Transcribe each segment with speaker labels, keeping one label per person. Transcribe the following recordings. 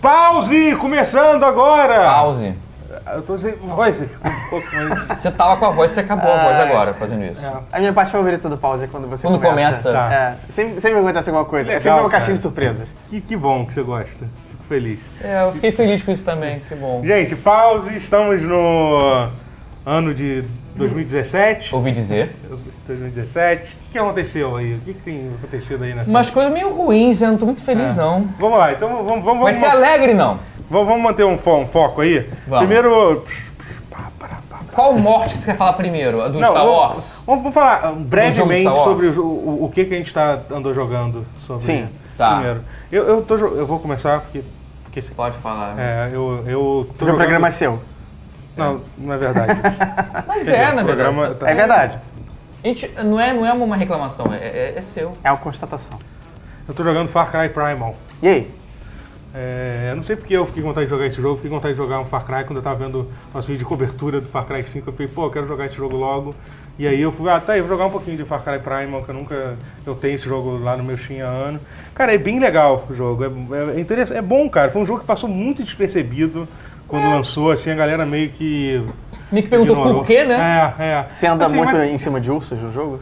Speaker 1: Pause! Começando agora!
Speaker 2: Pause.
Speaker 1: Eu tô sem voz um pouco, mas.
Speaker 2: Você tava com a voz, você acabou a voz agora fazendo isso.
Speaker 1: É.
Speaker 3: A minha parte favorita do pause é quando você
Speaker 2: Quando começa.
Speaker 1: Tá.
Speaker 3: É, sempre, sempre acontece alguma coisa. é
Speaker 1: Legal,
Speaker 3: sempre
Speaker 1: cara.
Speaker 3: uma caixinha de surpresas.
Speaker 1: Que, que bom que você gosta. Fico feliz.
Speaker 2: É, eu fiquei feliz com isso também, que bom.
Speaker 1: Gente, pause. Estamos no ano de 2017.
Speaker 2: Ouvi dizer.
Speaker 1: 2017. O que, que aconteceu aí? O que, que tem acontecido aí nessa.
Speaker 2: Mas coisa meio ruim, eu não tô muito
Speaker 1: É.
Speaker 2: feliz, não.
Speaker 1: Vamos lá, então vamos, vamos, vamos,
Speaker 2: Mas ser
Speaker 1: vamos,
Speaker 2: alegre, não.
Speaker 1: vamos manter um, fo- um foco aí.
Speaker 2: Vamos.
Speaker 1: Primeiro. psh, psh, pá, pará, pá.
Speaker 2: Qual morte que você quer falar primeiro? A do Star
Speaker 1: vamos-
Speaker 2: Wars?
Speaker 1: Vamos, vamos falar ah, brevemente
Speaker 2: Star Wars.
Speaker 1: sobre o, o, o que, que a gente tá, andou jogando sobre
Speaker 3: Sim,
Speaker 2: tá.
Speaker 1: primeiro. Eu, eu, tô, jo- eu vou começar porque. porque esse-
Speaker 2: Pode falar.
Speaker 1: é, eu, eu tô
Speaker 3: Porque o
Speaker 1: jogando-
Speaker 3: programa é seu.
Speaker 1: Não, não é verdade.
Speaker 2: Mas
Speaker 1: Quer dizer,
Speaker 2: é, na
Speaker 1: o programa
Speaker 2: verdade.
Speaker 1: tá-
Speaker 3: É verdade.
Speaker 2: A gente, não, é, não é uma reclamação, é, é- é seu.
Speaker 3: É uma constatação.
Speaker 1: Eu tô jogando Far Cry Primal.
Speaker 3: E aí?
Speaker 1: É, eu não sei porque eu fiquei com vontade de jogar esse jogo, fiquei com vontade de jogar um Far Cry quando eu tava vendo nosso vídeo de cobertura do Far Cry 5, eu falei, pô, eu quero jogar esse jogo logo. E aí eu fui, ah, tá aí, vou jogar um pouquinho de Far Cry Primal, que eu nunca. Eu tenho esse jogo lá no meu Steam há ano. Cara, é bem legal o jogo. É, é interessante, é bom, cara. Foi um jogo que passou muito despercebido quando lançou, assim, a galera meio que.
Speaker 2: Meio que É. perguntou
Speaker 1: ignorou.
Speaker 2: por quê, né?
Speaker 1: É, é.
Speaker 3: Você anda
Speaker 1: Assim,
Speaker 3: muito
Speaker 1: mas-
Speaker 3: em cima de ursos no jogo?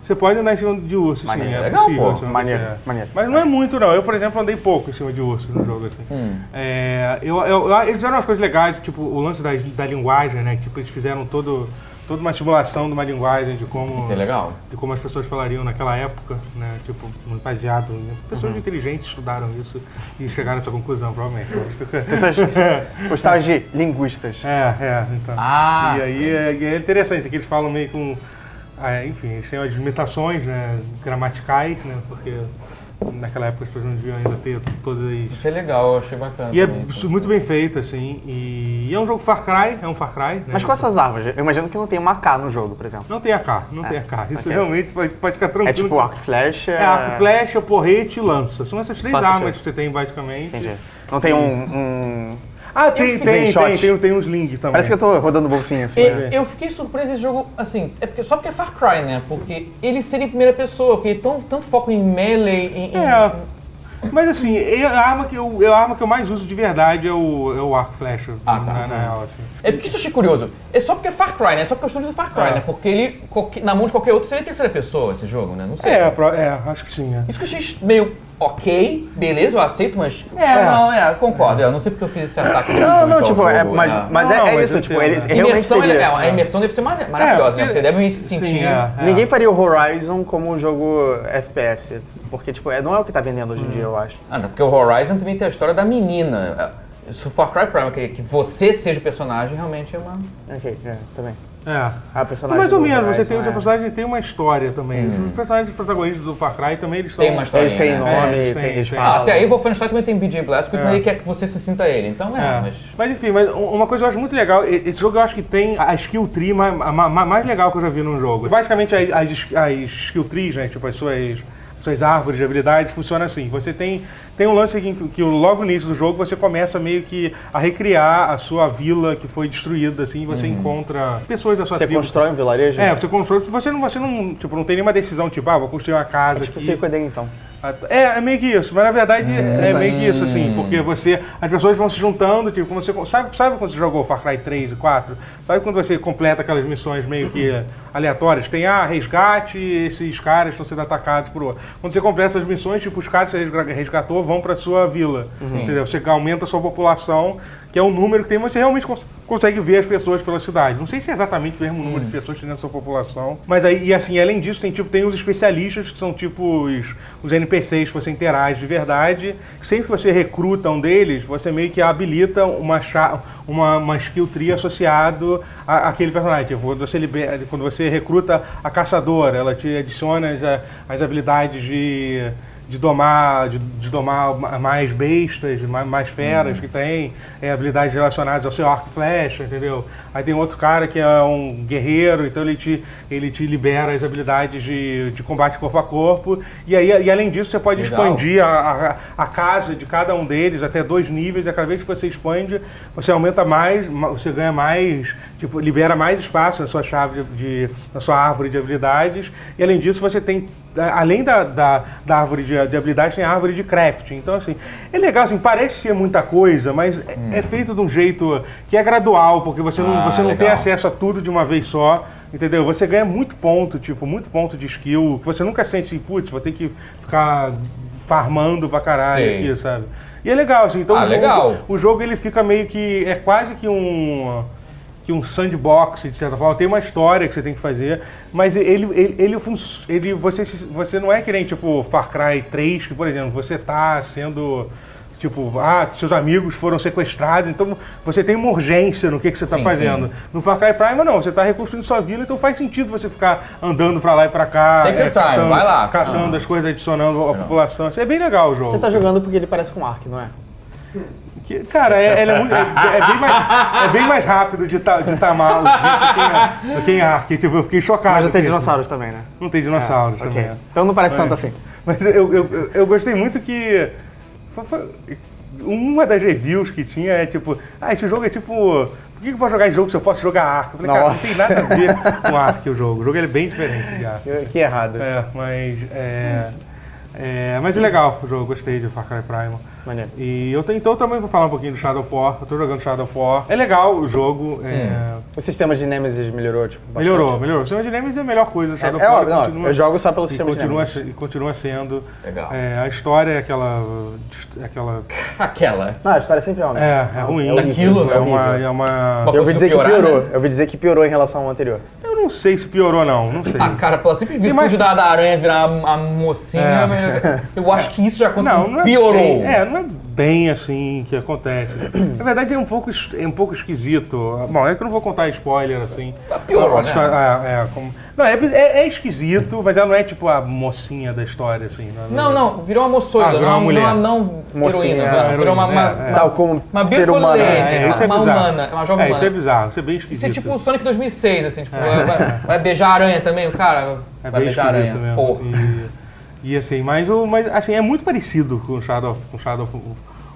Speaker 1: você pode andar em cima de urso, sim,
Speaker 2: Maneiro.
Speaker 1: é
Speaker 2: Legal,
Speaker 1: possível.
Speaker 2: pô.
Speaker 1: assim, andar
Speaker 3: Maneiro,
Speaker 1: em cima.
Speaker 3: maneiro.
Speaker 1: Mas não é muito, não. Eu, por exemplo, andei pouco em cima de urso no jogo, assim.
Speaker 2: Hum.
Speaker 1: É, eu, eu- eu- eles fizeram umas coisas legais, tipo, o lance da, da linguagem, né? Tipo, eles fizeram todo, toda uma simulação de uma linguagem, de como...
Speaker 2: Isso é legal.
Speaker 1: De como as pessoas falariam naquela época, né? Tipo, muito baseado. né?
Speaker 2: Uhum.
Speaker 1: Pessoas inteligentes estudaram isso e chegaram a essa conclusão, provavelmente. Mas fica-
Speaker 3: Pessoas gostavam de linguistas.
Speaker 1: é, é, então.
Speaker 2: Ah,
Speaker 1: e aí é, e é interessante, é que eles falam meio com. ah, enfim, eles têm as limitações né, gramaticais, né? Porque naquela época as pessoas não deviam ainda ter todas as.
Speaker 2: Isso é legal, eu achei bacana.
Speaker 1: E é
Speaker 2: também isso.
Speaker 1: muito bem feito, assim. E, e é um jogo Far Cry, é um Far Cry. né?
Speaker 3: Mas quais são as árvores? Eu imagino que não tem uma K no jogo, por exemplo.
Speaker 1: Não tem AK, não tem AK. Isso
Speaker 3: É, ok.
Speaker 1: realmente pode, pode ficar tranquilo.
Speaker 3: É tipo arco e flecha.
Speaker 1: É arco, flecha, porrete e lança. São essas três
Speaker 3: Só essas
Speaker 1: armas
Speaker 3: três.
Speaker 1: que você tem, basicamente.
Speaker 3: Entendi. Não tem um. um-
Speaker 1: Ah, tem,
Speaker 2: fiz
Speaker 1: tem,
Speaker 3: um
Speaker 1: tem,
Speaker 3: shot.
Speaker 1: tem, tem uns Ling também.
Speaker 3: Parece que eu tô rodando bolsinha assim. né?
Speaker 2: E, eu fiquei surpreso esse jogo, assim, é porque, só porque é Far Cry, né? Porque ele seria em primeira pessoa, porque tão, tanto foco em melee, em... em-
Speaker 1: É. Mas assim, eu- a arma que eu, eu- a arma que eu mais uso de verdade é o, é o arco e flecha.
Speaker 2: Ah, tá.
Speaker 1: Na, na real, assim.
Speaker 2: É porque isso eu achei curioso. É só porque é Far Cry, né? É só porque é o estúdio do Far Cry,
Speaker 1: É.
Speaker 2: né? Porque ele, qualque- na mão de qualquer outro, seria terceira pessoa esse jogo, né? Não sei.
Speaker 1: É, pro- é, acho que sim. É.
Speaker 2: Isso que eu achei meio ok, beleza, eu aceito, mas. É,
Speaker 1: É.
Speaker 2: não, é, concordo. Eu não sei porque eu fiz esse ataque.
Speaker 3: Não, não, tipo, é, mas, mas
Speaker 1: Não,
Speaker 3: é, é
Speaker 1: mas eu
Speaker 3: isso, tipo,
Speaker 1: entendo,
Speaker 3: eles
Speaker 1: né?
Speaker 3: realmente
Speaker 2: Então, né? imersão, ele- é,
Speaker 3: seria.
Speaker 2: a imersão deve ser mar- maravilhosa, né? Você deve se sentir.
Speaker 1: É, Sim, é, é.
Speaker 3: Ninguém faria o Horizon como um jogo FPS. Porque, tipo, é- não é o que tá vendendo
Speaker 1: Hum.
Speaker 3: hoje em dia, eu acho.
Speaker 2: Ah, não, porque o Horizon também tem a história da menina. É, Se o Far Cry Prime, que, que você seja o personagem, realmente é uma.
Speaker 3: Ok, é, também.
Speaker 1: É.
Speaker 3: A personagem
Speaker 1: Mais ou
Speaker 3: do
Speaker 1: menos, você
Speaker 3: Horizon,
Speaker 1: tem, os
Speaker 3: é.
Speaker 1: personagens têm uma história também. Os personagens os protagonistas do Far Cry também eles são.
Speaker 2: Uhum. Tem uma história.
Speaker 3: Eles têm
Speaker 2: né?
Speaker 3: nome,
Speaker 1: É, eles
Speaker 3: eles
Speaker 1: têm,
Speaker 3: têm, eles
Speaker 1: têm.
Speaker 2: Ah,
Speaker 3: falam.
Speaker 2: até aí o Wolfenstein também tem BJ Blazkowicz,
Speaker 1: É.
Speaker 2: mas ele quer que você se sinta ele. Então é,
Speaker 3: Ah,
Speaker 1: É.
Speaker 2: mas.
Speaker 1: Mas enfim, mas um- uma coisa que eu acho muito legal, e- esse jogo eu acho que tem a skill tree mais, a ma- ma- mais legal que eu já vi num jogo. Basicamente, as, as is- as skill trees, né, tipo as suas, as suas árvores de habilidades, funciona assim. Você tem, tem um lance que, que logo no início do jogo você começa meio que a recriar a sua vila que foi destruída, assim, e você encontra pessoas da sua
Speaker 3: Uhum. Você
Speaker 1: tribo.
Speaker 3: constrói um vilarejo?
Speaker 1: É, você constrói. Você não, você não, tipo, não tem nenhuma decisão, tipo, ah, vou construir uma casa.
Speaker 3: Tipo,
Speaker 1: aqui.
Speaker 3: você cuidei então.
Speaker 1: Ah, tá. É, é meio que isso, mas na verdade é, meio que isso, assim, porque você. As pessoas vão se juntando, tipo, como você. Sabe, sabe quando você jogou Far Cry 3 e 4? Sabe quando você completa aquelas missões meio que aleatórias? Tem, ah, resgate, esses caras estão sendo atacados por. Quando você completa essas missões, tipo, os caras que você resgra- resgatou vão pra sua vila. Entendeu? Você aumenta a sua população, que é um número que tem, mas você realmente cons- consegue ver as pessoas pela cidade. Não sei se é exatamente o mesmo número de pessoas que tem na sua população, mas aí, e assim, além disso, tem tipo, tem os especialistas que são tipo os, os NPCs que você interage de verdade. Sempre que você recruta um deles, você meio que habilita uma, cha- uma, uma skill tree associado a, àquele personagem. Tipo, quando você, liber- quando você recruta a caçadora, ela te adiciona as, as habilidades de de domar, de, de domar ma- mais bestas, ma- mais feras que tem, é, habilidades relacionadas ao seu arco e flecha, entendeu? Aí tem outro cara que é um guerreiro, então ele te, ele te libera as habilidades de, de combate corpo a corpo. E aí, e além disso, você pode
Speaker 2: Legal.
Speaker 1: expandir a, a, a casa de cada um deles até dois níveis, e a cada vez que você expande, você aumenta mais, ma- você ganha mais, tipo, libera mais espaço na sua chave de, de- na sua árvore de habilidades. E além disso, você tem a- além da, da, da árvore de, de habilidade, tem a árvore de crafting. Então, assim, é legal, assim, parece ser muita coisa, mas é- é, feito de um jeito que é gradual, porque você não,
Speaker 2: Hum. Ah,
Speaker 1: você não tem
Speaker 2: legal.
Speaker 1: acesso a tudo de uma vez só. Entendeu? Você ganha muito ponto, tipo, muito ponto de skill. Você nunca sente, putz, vou ter que ficar farmando pra caralho
Speaker 2: Sei.
Speaker 1: aqui, sabe? E é legal, assim. Então
Speaker 2: Ah,
Speaker 1: o jogo,
Speaker 2: legal.
Speaker 1: o jogo ele fica meio que. É quase que um. Que um sandbox, de certa forma. Tem uma história que você tem que fazer. Mas ele. ele, ele, fun- ele- você, se- você não é que nem, tipo, Far Cry 3, que, por exemplo, você tá sendo. Tipo, ah, seus amigos foram sequestrados, então você tem uma urgência no que, que você está
Speaker 2: Sim,
Speaker 1: fazendo. No Far Cry Prime, não, você está reconstruindo sua vila, então faz sentido você ficar andando para lá e para cá, é,
Speaker 2: Take your time,
Speaker 1: catando,
Speaker 2: vai lá. Ah.
Speaker 1: catando as coisas, adicionando a população. Isso é bem legal o jogo.
Speaker 3: Você tá jogando porque ele parece com Ark, não é?
Speaker 1: Que- cara, é, ela é, muito, é, é bem mais, é bem mais rápido de, ta, de tamar os bichos do que em- do que em Ark. Tipo, eu fiquei chocado.
Speaker 3: Mas já tem
Speaker 1: porque-
Speaker 3: dinossauros também, né?
Speaker 1: Não tem dinossauros
Speaker 3: Ok.
Speaker 1: também. é.
Speaker 3: Então não parece tanto assim.
Speaker 1: Mas eu, eu, eu- eu gostei muito que. foi- foi- uma das reviews que tinha é tipo, ah, esse jogo é tipo. Por que que eu vou jogar esse jogo se eu posso jogar Ark? Eu falei,
Speaker 3: Nossa.
Speaker 1: cara, não tem nada a ver com Ark o jogo. O jogo ele é bem diferente de Ark.
Speaker 3: Que, que errado.
Speaker 1: É, mas é, é. Mas é legal o jogo, gostei de Far Cry Primal.
Speaker 3: Maneiro.
Speaker 1: E eu tenho- então eu também vou falar um pouquinho do Shadow of War. Eu tô jogando Shadow of War. É legal o jogo. é,
Speaker 3: O sistema de Nemesis melhorou, tipo, bastante.
Speaker 1: melhorou, melhorou. O sistema de Nemesis é a melhor coisa do
Speaker 3: É,
Speaker 1: Shadow
Speaker 3: é
Speaker 1: of War.
Speaker 3: óbvio, não, eu jogo só pelo
Speaker 1: e
Speaker 3: sistema de
Speaker 1: continua,
Speaker 3: Nemesis.
Speaker 1: se- e continua sendo.
Speaker 2: Legal.
Speaker 1: É, a história é aquela. é aquela.
Speaker 2: Aquela.
Speaker 3: Não, a história sempre é uma
Speaker 1: É, é ruim.
Speaker 3: horrível,
Speaker 2: Aquilo,
Speaker 1: é
Speaker 3: horrível.
Speaker 1: uma, é uma.
Speaker 2: Bom,
Speaker 3: Eu
Speaker 2: Conseguiu
Speaker 3: ouvi dizer que
Speaker 2: piorar,
Speaker 3: piorou.
Speaker 2: né?
Speaker 3: Eu ouvi dizer que piorou em relação ao anterior.
Speaker 1: Eu não sei se piorou, não. Não sei.
Speaker 2: Ah, cara, pela simples
Speaker 1: Tem mais-
Speaker 2: virtude da, da aranha virar a, a mocinha,
Speaker 1: É.
Speaker 2: mas eu acho que isso já aconteceu.
Speaker 1: Não, não é
Speaker 2: piorou.
Speaker 1: Bem, é, não é bem assim que acontece. Na verdade, é um pouco, es- é um pouco esquisito. Bom, é que eu não vou contar spoiler assim.
Speaker 2: piorou,
Speaker 1: A
Speaker 2: né?
Speaker 1: história- é, é, como- Não, é, é- é esquisito, mas ela não é tipo a mocinha da história, assim.
Speaker 2: Não, não, virou uma moçoida,
Speaker 1: Ah, virou
Speaker 2: não,
Speaker 1: uma mulher.
Speaker 2: não, não
Speaker 3: Mocinha,
Speaker 2: heroína,
Speaker 3: é,
Speaker 2: não, virou uma,
Speaker 1: heroína,
Speaker 2: uma,
Speaker 1: é, é.
Speaker 2: uma-
Speaker 3: Tal como
Speaker 2: Uma
Speaker 3: ser humano.
Speaker 2: bifolete.
Speaker 3: né?
Speaker 1: É, isso é
Speaker 2: uma
Speaker 1: bizarro.
Speaker 2: humana, é uma jovem
Speaker 1: é, isso é
Speaker 2: humana.
Speaker 1: bizarro, isso é bem
Speaker 2: Isso
Speaker 1: esquisito.
Speaker 2: é tipo o Sonic 2006, assim, tipo, vai, vai beijar a aranha também, o cara
Speaker 1: É
Speaker 2: vai
Speaker 1: bem
Speaker 2: beijar a aranha.
Speaker 1: esquisito mesmo.
Speaker 2: Porra.
Speaker 1: E, e assim, mas, o, mas assim, é muito parecido com o Shadow of, com o Shadow of,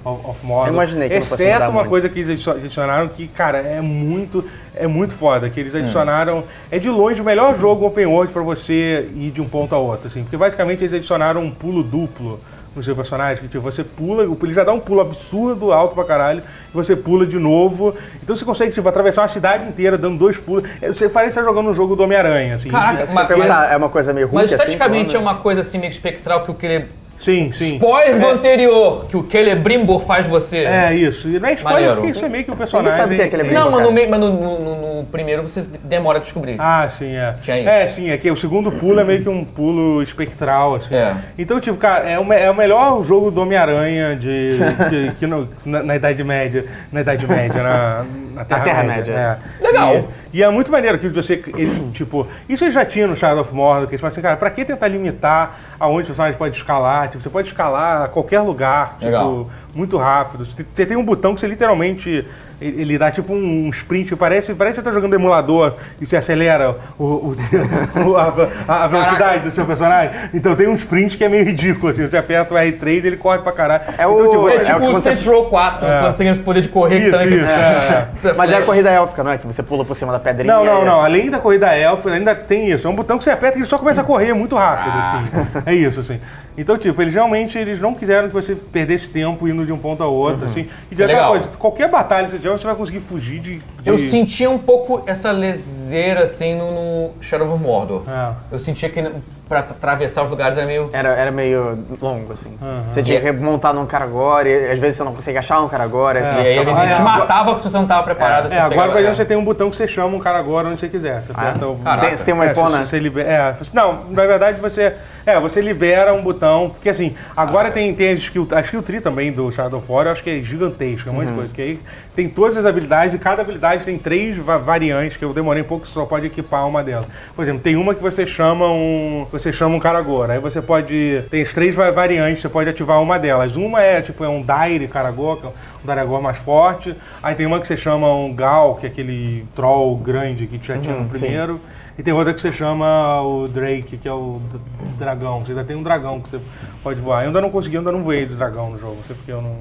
Speaker 1: of, of Mordor.
Speaker 3: Eu imaginei que não fosse
Speaker 1: Exceto
Speaker 3: mudar
Speaker 1: uma
Speaker 3: muito.
Speaker 1: coisa que eles adicio- adicionaram que, cara, é muito, é muito foda. Que eles adicionaram. É de longe o melhor jogo open world pra você ir de um ponto a outro, assim. Porque basicamente eles adicionaram um pulo duplo no seu personagem, que tipo, você pula, ele já dá um pulo absurdo, alto pra caralho, e você pula de novo. Então você consegue, tipo, atravessar uma cidade inteira dando dois pulos. É, Você parece estar jogando um jogo do Homem-Aranha, assim.
Speaker 2: Caraca,
Speaker 1: E-
Speaker 3: Você quer
Speaker 2: Mas-
Speaker 3: perguntar, é uma coisa meio ruim
Speaker 2: Mas
Speaker 3: assim?
Speaker 2: esteticamente é
Speaker 3: falando?
Speaker 2: uma coisa assim meio que espectral que o Cele...
Speaker 1: Sim, sim.
Speaker 2: Spoiler
Speaker 3: É.
Speaker 2: do anterior, que o Celebrimbor faz você.
Speaker 1: É isso. E não é spoiler,
Speaker 2: Maneiro.
Speaker 1: porque isso é meio que o personagem.
Speaker 3: Ninguém sabe o que é aquele
Speaker 2: Não, mas,
Speaker 3: cara.
Speaker 2: no, meio- mas no, no- no- no primeiro você demora a descobrir.
Speaker 1: Ah, sim, é.
Speaker 2: Tinha isso.
Speaker 1: É, sim, é que o segundo pulo é meio que um pulo espectral, assim.
Speaker 2: É.
Speaker 1: Então, tipo, cara, é o, me- é o melhor jogo do Homem-Aranha de, que- que no- na, na Idade Média. Na Idade Média, na, na Terra-média.
Speaker 3: Terra-média.
Speaker 1: é.
Speaker 2: Legal.
Speaker 1: E, e é muito maneiro que você. Eles, tipo, isso eles já tinham no Shadow of Mordor, que eles falam assim, cara, pra que tentar limitar aonde o personagem pode escalar? Tipo, você pode escalar a qualquer lugar, tipo,
Speaker 2: Legal.
Speaker 1: muito rápido. Você tem- Você tem um botão que você literalmente. Ele ele dá tipo um sprint, parece, parece que você tá jogando emulador e você acelera o, o- o- a, a velocidade do seu personagem. Então tem um sprint que é meio ridículo, assim, você aperta o R3 e ele corre pra caralho.
Speaker 3: É
Speaker 1: então,
Speaker 3: o-
Speaker 1: tipo,
Speaker 2: É
Speaker 3: é
Speaker 2: tipo
Speaker 3: o que
Speaker 2: o
Speaker 3: você-
Speaker 2: Saints Row 4,
Speaker 1: É.
Speaker 2: quando você tem o poder de correr
Speaker 1: Isso,
Speaker 2: também.
Speaker 1: isso, é.
Speaker 3: Mas é a corrida élfica, não é? Que você pula por cima da pedrinha.
Speaker 1: Não,
Speaker 2: é,
Speaker 1: não,
Speaker 3: e-
Speaker 1: não. Além da corrida elfa, ainda tem isso. É um botão que você aperta e ele só começa a correr muito rápido,
Speaker 2: Ah.
Speaker 1: assim. É isso, assim. Então, tipo, eles realmente eles não quiseram que você perdesse tempo indo de um ponto a outro, assim. E de
Speaker 2: é
Speaker 1: outra
Speaker 2: legal.
Speaker 1: coisa, qualquer batalha que você tiver, você vai conseguir fugir de... de...
Speaker 2: Eu sentia um pouco essa leseira assim no, no Shadow of Mordor.
Speaker 1: É.
Speaker 2: Eu sentia que pra atravessar os lugares era meio.
Speaker 3: Era, era meio longo, assim. Você tinha que
Speaker 2: É.
Speaker 3: montar num cara agora, e às vezes você não consegue achar um cara agora.
Speaker 2: E aí ele
Speaker 1: Ah, é,
Speaker 2: te
Speaker 1: agora-
Speaker 2: matava se você não tava preparado. assim,
Speaker 1: É, agora, por exemplo, você tem um botão que você chama um cara agora onde você quiser. Você aperta o...
Speaker 2: Caraca.
Speaker 3: Você Ah, tem- um né? você tem uma
Speaker 1: é,
Speaker 3: icona?
Speaker 1: Você, você libera, é, você- não, na verdade você. É, você libera um botão. Porque assim, agora tem, tem as skill, a skill tree também do Shadow of War, eu acho que é gigantesca, um monte de coisa. Porque aí tem todas as habilidades e cada habilidade tem três va- variantes, que eu demorei um pouco, você só pode equipar uma delas. Por exemplo, tem uma que você chama um. Você chama um cara agora. Aí você pode. Tem as três va- variantes, você pode ativar uma delas. Uma é tipo é um Daire Karagor, que é um um Daragor mais forte. Aí tem uma que você chama um Gal, que é aquele troll grande que já tinha no primeiro. E tem outra que você chama o Drake, que é o d- dragão. Você ainda tem um dragão que você pode voar. Eu ainda não consegui, eu ainda não voei de dragão no jogo. Não sei porque eu não,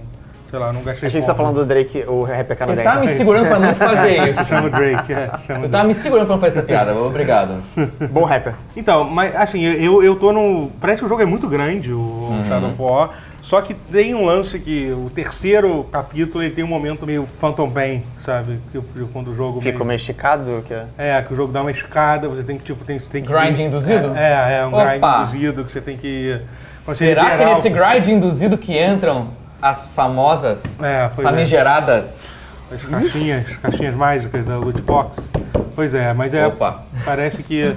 Speaker 1: sei lá, não gastei
Speaker 3: Achei que você tá
Speaker 1: fome.
Speaker 3: falando do Drake, o rapper
Speaker 2: Ele
Speaker 3: canadense.
Speaker 2: tá me segurando pra não fazer isso.
Speaker 1: Chama o Drake, é, chama o
Speaker 2: Eu
Speaker 1: Drake.
Speaker 2: tava me segurando pra não fazer essa piada, obrigado.
Speaker 1: tá
Speaker 3: Bom rapper.
Speaker 1: Então, mas assim, eu, eu tô no. Parece que o jogo é muito grande, o
Speaker 2: Uhum.
Speaker 1: Shadow of War. Só que tem um lance que o terceiro capítulo ele tem um momento meio Phantom Pain, sabe? Que, que quando o jogo.
Speaker 3: Ficou
Speaker 1: meio-
Speaker 3: meio esticado. Que...
Speaker 1: É, que o jogo dá uma escada, você tem que, tipo, tem, tem que.
Speaker 2: Grind induzido?
Speaker 1: É, é um grind
Speaker 2: Opa!
Speaker 1: induzido que você tem que. você
Speaker 2: Será que
Speaker 1: liberar o-
Speaker 2: nesse grind induzido que entram as famosas,
Speaker 1: É, pois é.
Speaker 2: famigeradas?
Speaker 1: As caixinhas, caixinhas mágicas da loot box. Pois é, mas é.
Speaker 2: Opa.
Speaker 1: Parece que.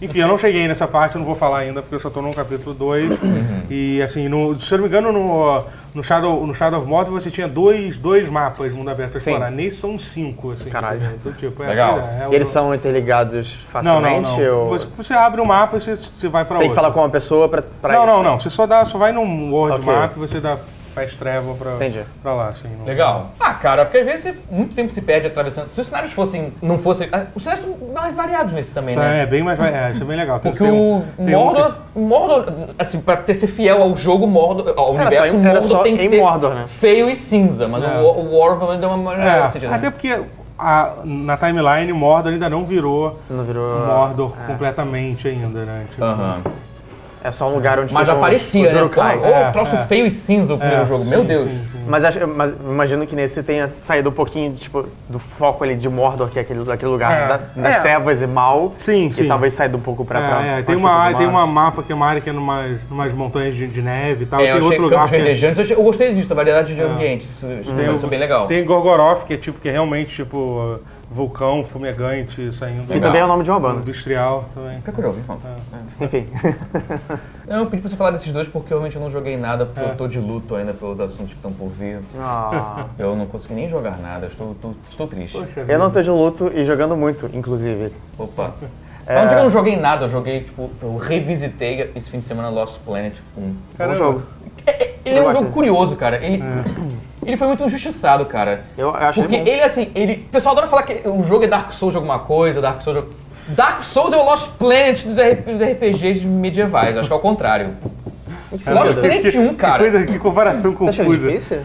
Speaker 1: Enfim, eu não cheguei nessa parte, eu não vou falar ainda, porque eu só tô no capítulo 2.
Speaker 2: Uhum.
Speaker 1: E assim, no, se eu não me engano, no, no, Shadow, no Shadow of Mordor você tinha dois, dois mapas mundo aberto pra
Speaker 3: Sim.
Speaker 1: explorar. Nesse são cinco, assim.
Speaker 3: Caralho.
Speaker 1: Do tipo, é,
Speaker 2: Legal.
Speaker 1: pois é, é
Speaker 3: E eles
Speaker 1: o-
Speaker 3: são interligados
Speaker 1: Não, não,
Speaker 3: facilmente?
Speaker 1: não.
Speaker 3: Ou...
Speaker 1: Você, você abre o mapa e você, você vai pra
Speaker 3: Tem que
Speaker 1: outro.
Speaker 3: falar com uma pessoa pra... pra
Speaker 1: Não, não, não. Você só, dá, só vai no World
Speaker 3: Ok.
Speaker 1: Map e você dá, faz treva pra,
Speaker 3: Entendi.
Speaker 1: pra lá, assim. não-
Speaker 2: Legal. Ah, cara, porque às vezes você- muito tempo se perde atravessando. Se os cenários fossem, não fossem, ah, os cenários são mais variados nesse também,
Speaker 1: Isso
Speaker 2: né?
Speaker 1: é bem mais. É, isso é bem legal. Tem-
Speaker 2: Porque
Speaker 1: tem
Speaker 2: o
Speaker 1: um- tem um que-
Speaker 2: Mordor, Mordor, assim, pra ter ser fiel ao jogo Mordor, ao
Speaker 3: Era
Speaker 2: universo,
Speaker 3: só em- era
Speaker 2: Mordor
Speaker 3: só
Speaker 2: tem que
Speaker 3: em
Speaker 2: ser
Speaker 3: Mordor, né?
Speaker 2: feio e cinza, mas
Speaker 1: É.
Speaker 2: o, War- o War, pelo menos, deu uma
Speaker 1: É,
Speaker 2: melhor sentido, né?
Speaker 1: até porque a- na timeline Mordor ainda não virou
Speaker 3: Não virou...
Speaker 1: Mordor completamente ainda, né? Tipo,
Speaker 2: Aham.
Speaker 3: É só um lugar onde
Speaker 2: Mas já
Speaker 3: ficam os-
Speaker 2: parecia,
Speaker 3: os
Speaker 2: né?
Speaker 3: urukais.
Speaker 2: Pô, ô,
Speaker 1: É,
Speaker 2: troço
Speaker 1: é.
Speaker 2: feio e cinza o primeiro
Speaker 1: é,
Speaker 2: jogo, meu
Speaker 1: sim,
Speaker 2: Deus.
Speaker 1: sim, sim.
Speaker 3: Mas, acho- mas imagino que nesse tenha saído um pouquinho tipo, do foco ali de Mordor, que é aquele, daquele lugar
Speaker 1: É.
Speaker 3: da- das
Speaker 1: É.
Speaker 3: trevas e mal.
Speaker 1: Sim,
Speaker 3: e
Speaker 1: sim.
Speaker 3: talvez saído um pouco pra, pra,
Speaker 1: É, é,
Speaker 3: pra
Speaker 1: tem,
Speaker 3: os
Speaker 1: uma,
Speaker 3: humanos.
Speaker 1: tem uma mapa que é uma área que é numas, numas montanhas de, de neve e tal.
Speaker 2: É,
Speaker 1: tem
Speaker 2: eu achei
Speaker 1: outro lugar
Speaker 2: campos
Speaker 1: que é-
Speaker 2: verdejantes, eu, achei- eu gostei disso, a variedade de ambientes, isso, isso
Speaker 1: tem,
Speaker 2: pareceu
Speaker 1: o-
Speaker 2: bem legal.
Speaker 1: tem Gorgoroth, que é tipo que é realmente tipo vulcão fumegante saindo
Speaker 3: Que
Speaker 1: do-
Speaker 3: também é o nome de uma banda.
Speaker 1: industrial também.
Speaker 2: Pior que eu já ouvi falar.
Speaker 1: É.
Speaker 3: Enfim.
Speaker 2: Não, Eu pedi pra você falar desses dois porque realmente eu não joguei nada, porque eu tô de luto ainda pelos assuntos que estão por vir.
Speaker 3: Ah.
Speaker 2: Eu não consegui nem jogar nada, estou, tô- estou triste.
Speaker 3: eu não tô de luto e jogando muito, inclusive.
Speaker 2: Opa. Não digo que eu não joguei nada, eu joguei, tipo, eu revisitei esse fim de semana Lost Planet 1.
Speaker 1: Caramba.
Speaker 3: Bom jogo.
Speaker 2: Ele é um
Speaker 3: gosto
Speaker 2: jogo
Speaker 3: dele.
Speaker 2: curioso, cara. Ele, ele foi muito injustiçado, cara.
Speaker 3: Eu achei
Speaker 2: Porque
Speaker 3: bom.
Speaker 2: ele, assim, ele. O pessoal adora falar que o jogo é Dark Souls de alguma coisa, Dark Souls. de- Dark Souls é o Lost Planet dos R- dos RPGs medievais, acho que é o contrário. Lost
Speaker 3: sentido?
Speaker 2: Planet 1,
Speaker 1: Que
Speaker 2: cara.
Speaker 1: coisa, que comparação
Speaker 3: Você acha
Speaker 1: confusa.
Speaker 3: difícil?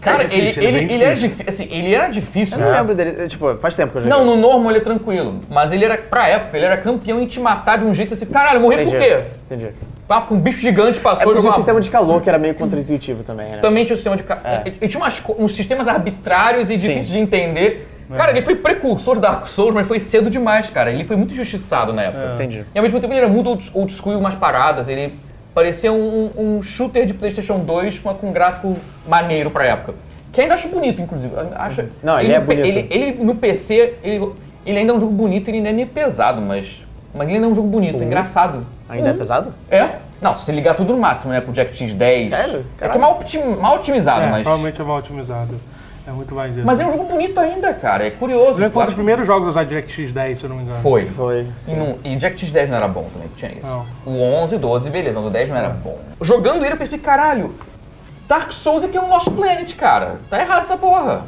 Speaker 2: Cara,
Speaker 1: É difícil,
Speaker 2: ele,
Speaker 1: é
Speaker 2: ele,
Speaker 1: bem
Speaker 2: ele era
Speaker 1: difícil.
Speaker 2: difí- assim, ele era difícil. né?
Speaker 3: Eu não lembro dele. Tipo, faz tempo que eu joguei.
Speaker 2: É. Não, no normal ele é tranquilo. Mas ele era, pra época, ele era campeão em te matar de um jeito assim. Caralho, eu morri
Speaker 3: Entendi.
Speaker 2: por quê?
Speaker 3: Entendi.
Speaker 2: Papo com um bicho gigante
Speaker 3: É
Speaker 2: passou
Speaker 3: porque tinha
Speaker 2: jogou
Speaker 3: um
Speaker 2: uma-
Speaker 3: sistema de calor que era meio contraintuitivo também, né?
Speaker 2: Também tinha o sistema de. ca- E- E tinha umas co- uns sistemas arbitrários e
Speaker 3: Sim. É.
Speaker 2: difíceis de entender. Cara, ele foi precursor do Dark Souls, mas foi cedo demais, cara. Ele foi muito injustiçado na época.
Speaker 3: Entendi.
Speaker 2: E ao mesmo tempo ele era muito old, old school, umas paradas. Ele parecia um, um- um shooter de PlayStation 2 com, com um gráfico maneiro pra época. Que ainda acho bonito, inclusive. Eu Acho,
Speaker 3: Não, ele é
Speaker 2: no P-
Speaker 3: bonito.
Speaker 2: Ele, ele no PC, ele, ele ainda é um jogo bonito, ele ainda é meio pesado, mas. Mas ele ainda é um jogo bonito,
Speaker 3: Uhum.
Speaker 2: engraçado.
Speaker 3: Ainda é pesado?
Speaker 2: É? Não, se ligar tudo no máximo, né? Pro DirectX 10.
Speaker 3: Sério?
Speaker 2: É
Speaker 3: Caralho.
Speaker 2: que é mal, optim- mal otimizado,
Speaker 1: É,
Speaker 2: mas.
Speaker 1: Provavelmente é mal otimizado. É muito mais isso.
Speaker 2: Mas é um jogo bonito ainda, cara. É curioso.
Speaker 1: Lembra que foi um dos
Speaker 2: Acho-
Speaker 1: primeiros jogos a usar DirectX 10, se eu não me engano.
Speaker 2: Foi.
Speaker 3: Foi.
Speaker 2: E, não, e DirectX 10 não era bom também, tinha isso.
Speaker 1: Não.
Speaker 2: O 11, o 12, beleza, mas o 10 não era bom. Jogando ele, eu pensei, caralho, Dark Souls aqui é um Lost Planet, cara. Tá errado essa porra.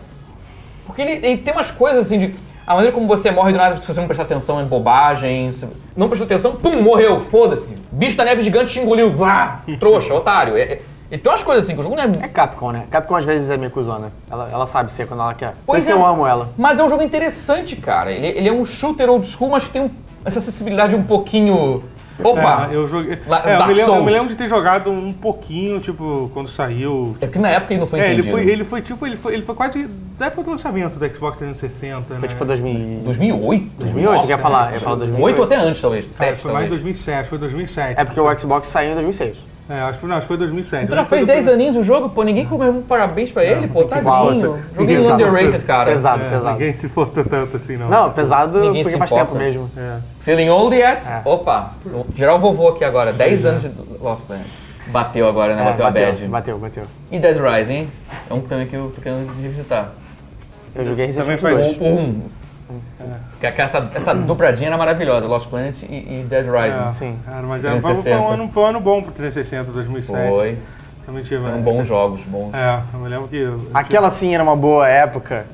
Speaker 2: Porque ele, ele tem umas coisas assim de. A maneira como você morre do nada, se você não prestar atenção em bobagem, se não prestou atenção, pum, morreu, foda-se. Bicho da neve gigante te engoliu, vá, trouxa, otário. É, é, e tem umas coisas assim, que o jogo não é
Speaker 3: É Capcom, né? Capcom às vezes é meio cuzona. Ela, ela sabe ser quando ela quer. Por
Speaker 2: Pois
Speaker 3: isso que
Speaker 2: é.
Speaker 3: eu amo ela.
Speaker 2: Mas é um jogo interessante, cara. Ele, ele é um shooter old school, mas que tem um- essa acessibilidade um pouquinho. Opa!
Speaker 1: É, eu joguei.
Speaker 2: La-
Speaker 1: é, eu,
Speaker 2: Dark
Speaker 1: me lembro, eu me
Speaker 2: Souls.
Speaker 1: lembro de ter jogado um pouquinho, tipo, quando saiu.
Speaker 2: É porque na época ele não foi
Speaker 1: É, ele
Speaker 2: entendido.
Speaker 1: foi, ele foi tipo, ele foi, ele foi quase da época do lançamento do Xbox 360, né?
Speaker 2: É.
Speaker 3: Foi tipo 2000...
Speaker 2: 2008?
Speaker 3: 2008, que eu ia
Speaker 2: né?
Speaker 3: falar. Eu ia falar 2008.
Speaker 2: 2008 ou até antes, talvez.
Speaker 1: Cara,
Speaker 2: 7,
Speaker 1: foi mais em
Speaker 2: talvez.
Speaker 1: 2007, foi 2007.
Speaker 3: É porque o Xbox saiu em 2006.
Speaker 1: É, acho que foi- não, acho que foi 2007.
Speaker 2: Tu já
Speaker 1: Acho que foi
Speaker 2: fez
Speaker 1: do
Speaker 2: 10
Speaker 1: primeiro-
Speaker 2: aninhos o jogo, pô, ninguém comeu um parabéns pra ele, pô, tadinho.
Speaker 3: Uau,
Speaker 2: Joguei
Speaker 3: pesado.
Speaker 2: underrated, cara.
Speaker 3: Pesado,
Speaker 1: É,
Speaker 3: pesado.
Speaker 1: ninguém se importa tanto assim, não.
Speaker 3: Não, pesado
Speaker 2: Ninguém se
Speaker 3: porque faz
Speaker 2: importa.
Speaker 3: tempo mesmo.
Speaker 1: É.
Speaker 2: Feeling old yet?
Speaker 3: É.
Speaker 2: Opa, geral vovô aqui agora,
Speaker 1: é.
Speaker 2: 10 anos de Lost Planet. Bateu agora, né?
Speaker 3: É,
Speaker 2: Bateu, a bad.
Speaker 3: bateu, bateu, bateu.
Speaker 2: E Dead Rising, hein? É um também que eu tô querendo revisitar.
Speaker 3: Eu
Speaker 1: Também
Speaker 3: joguei recentemente
Speaker 1: faz
Speaker 3: dois.
Speaker 1: isso.
Speaker 2: Um. Que- É. que Essa, essa
Speaker 3: Hum.
Speaker 2: dobradinha era maravilhosa, Lost Planet e, e Dead
Speaker 1: É,
Speaker 2: Rising.
Speaker 3: Sim.
Speaker 1: Cara, mas já foi, foi um
Speaker 2: 360.
Speaker 1: ano, foi um ano bom pro 360, 2007.
Speaker 2: Foi. um
Speaker 1: Realmente, mas-
Speaker 2: Eram bons jogos, bons.
Speaker 1: É, eu me lembro que.
Speaker 3: Aquela sim era uma boa época.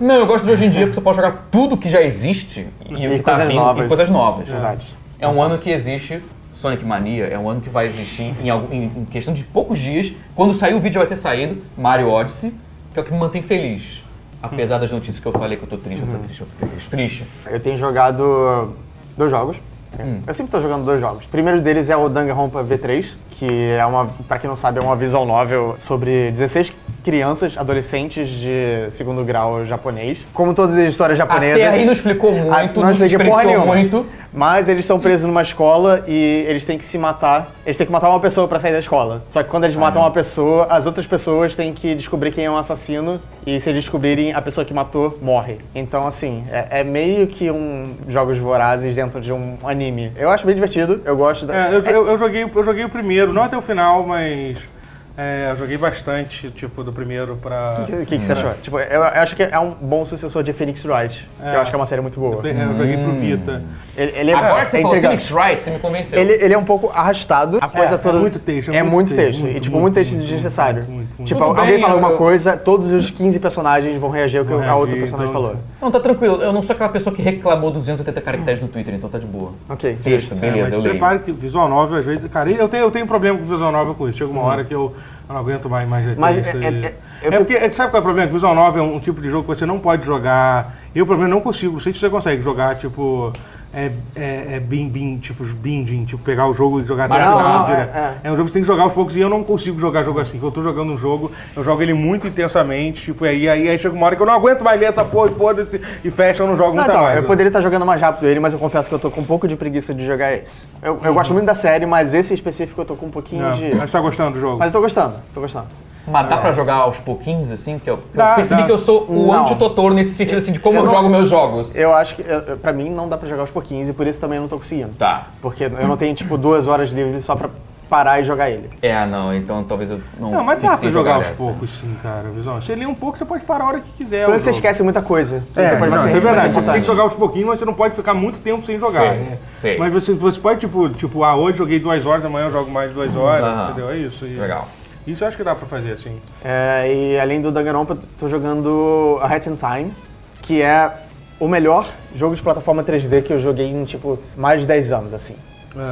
Speaker 2: Não, eu gosto de hoje em dia, porque você pode jogar tudo que já existe e, o
Speaker 3: E
Speaker 2: que tá
Speaker 3: coisas
Speaker 2: vindo
Speaker 3: novas.
Speaker 1: É.
Speaker 3: É
Speaker 2: e coisas novas.
Speaker 3: Verdade.
Speaker 2: É um ano que existe Sonic Mania é um ano que vai existir em, algum- em- em questão de poucos dias. Quando sair o vídeo vai ter saído Mario Odyssey, que é o que me mantém feliz. Apesar
Speaker 3: Hum.
Speaker 2: das notícias que eu falei que eu tô triste,
Speaker 3: Uhum.
Speaker 2: eu tô triste, eu tô triste. triste.
Speaker 3: Eu tenho jogado dois jogos.
Speaker 2: Hum.
Speaker 3: Eu sempre tô jogando dois jogos. O primeiro deles é o Danganronpa V3, que é uma, para quem não sabe, é uma visual novel sobre 16 crianças, adolescentes de segundo grau japonês. Como todas as histórias japonesas.
Speaker 2: Até aí não explicou muito,
Speaker 3: Ah,
Speaker 2: não, se expressou muito.
Speaker 3: Mas eles são presos numa escola e eles têm que se matar. Eles têm que matar uma pessoa pra sair da escola. Só que quando eles
Speaker 2: É.
Speaker 3: matam uma pessoa, as outras pessoas têm que descobrir quem é um assassino. E se eles descobrirem, a pessoa que matou morre. Então, assim, é, é meio que um jogos vorazes dentro de um anime. Eu acho bem divertido, eu gosto da.
Speaker 1: É, eu, eu- eu joguei, eu joguei o primeiro, não até o final, mas é, eu joguei bastante, tipo, do primeiro pra.
Speaker 3: O que, que, que você achou? Tipo, eu, eu acho que é um bom sucessor de Phoenix Wright. que
Speaker 1: É.
Speaker 3: Eu acho que é uma série muito boa.
Speaker 1: É, Eu joguei pro Vita.
Speaker 3: Ele, ele é,
Speaker 2: Agora que você
Speaker 3: é
Speaker 2: falou
Speaker 3: intrigante.
Speaker 2: Phoenix Wright, você me convenceu.
Speaker 3: Ele, ele é um pouco arrastado, a coisa
Speaker 1: Então. é
Speaker 3: toda.
Speaker 1: muito texto, é
Speaker 3: É
Speaker 1: muito
Speaker 3: muito
Speaker 1: texto,
Speaker 3: texto.
Speaker 1: muito,
Speaker 3: e, tipo, muito,
Speaker 1: muito,
Speaker 3: texto
Speaker 1: muito,
Speaker 3: desnecessário.
Speaker 1: muito, muito, muito.
Speaker 3: Tipo,
Speaker 2: Tudo
Speaker 3: alguém
Speaker 2: bem,
Speaker 3: fala alguma
Speaker 2: eu-
Speaker 3: coisa, todos os 15 personagens vão reagir ao que
Speaker 1: Vão
Speaker 3: a outra
Speaker 1: reagir,
Speaker 3: personagem
Speaker 1: então-
Speaker 3: falou.
Speaker 2: Não, tá tranquilo. Eu não sou aquela pessoa que reclamou dos 280 caracteres no Twitter, então tá de boa.
Speaker 3: Ok,
Speaker 2: Texto,
Speaker 1: É,
Speaker 2: beleza,
Speaker 1: mas
Speaker 2: eu leio.
Speaker 1: prepare que visual novel, às vezes. Cara, eu tenho, eu tenho problema com visual novel com isso. Chega uma hora que eu eu não aguento mais mais
Speaker 3: Uhum. Mas
Speaker 1: letra,
Speaker 3: é-
Speaker 1: isso
Speaker 3: é-
Speaker 1: aí.
Speaker 3: é-
Speaker 1: é,
Speaker 3: eu fico-
Speaker 1: porque, é, sabe qual é o problema? Que Visual novel é um tipo de jogo que você não pode jogar. Eu, pelo menos, não consigo. Não sei se você consegue jogar, tipo. É, é, é bin, bin, tipo, binging, tipo, pegar o jogo e jogar até o
Speaker 2: Não,
Speaker 1: final.
Speaker 3: não, é-
Speaker 1: direto.
Speaker 3: é.
Speaker 1: É, um jogo que você tem que jogar aos poucos e eu não consigo jogar jogo assim. Quando eu tô jogando um jogo, eu jogo ele muito intensamente, tipo, e aí, aí, aí chega uma hora que eu não aguento mais ler essa porra e foda-se, e fecha, eu não jogo
Speaker 3: Não,
Speaker 1: nunca
Speaker 3: então,
Speaker 1: mais. né?
Speaker 3: eu poderia estar jogando mais rápido ele, mas eu confesso que eu tô com um pouco de preguiça de jogar esse. Eu, eu gosto muito da série, mas esse específico eu tô com um pouquinho
Speaker 1: Uhum. Não,
Speaker 3: de.
Speaker 1: mas você tá gostando do jogo?
Speaker 3: Mas eu tô gostando, tô gostando.
Speaker 2: Mas dá pra jogar aos pouquinhos, assim? Que eu, que eu
Speaker 1: É. Dá,
Speaker 2: percebi
Speaker 1: dá.
Speaker 2: que eu sou o
Speaker 3: Não.
Speaker 2: anti-Totoro nesse sentido, assim, de como eu,
Speaker 3: Eu não-
Speaker 2: jogo meus jogos.
Speaker 3: Eu acho que, eu- eu- pra mim, não dá pra jogar aos pouquinhos e por isso também eu não tô conseguindo.
Speaker 2: Tá.
Speaker 3: Porque eu não tenho, tipo, duas horas livres só pra parar e jogar ele.
Speaker 2: É, não, então talvez eu não.
Speaker 1: Não, mas dá
Speaker 2: fixe
Speaker 1: pra
Speaker 2: em
Speaker 1: jogar aos
Speaker 2: essa.
Speaker 1: poucos, sim, cara. Visual. Você lê um pouco, você pode parar a hora que quiser.
Speaker 3: Pelo
Speaker 1: o
Speaker 3: que você
Speaker 1: jogo.
Speaker 3: esquece muita coisa.
Speaker 1: É,
Speaker 3: Depois
Speaker 1: não,
Speaker 3: vai ser-
Speaker 1: isso é
Speaker 3: vai ser
Speaker 1: verdade. Você tem
Speaker 3: importante.
Speaker 1: que jogar aos pouquinhos, mas você não pode ficar muito tempo sem jogar.
Speaker 2: Sim,
Speaker 1: é.
Speaker 2: sim.
Speaker 1: Mas você, você pode, tipo, tipo, ah, hoje joguei duas horas, amanhã eu jogo mais duas horas,
Speaker 2: Aham.
Speaker 1: entendeu? É isso. e-
Speaker 2: Legal.
Speaker 1: Isso eu acho que dá pra fazer, assim.
Speaker 3: É, e além do Danganronpa, tô jogando a Hat in Time, que é o melhor jogo de plataforma 3D que eu joguei em, tipo, mais de 10 anos, assim.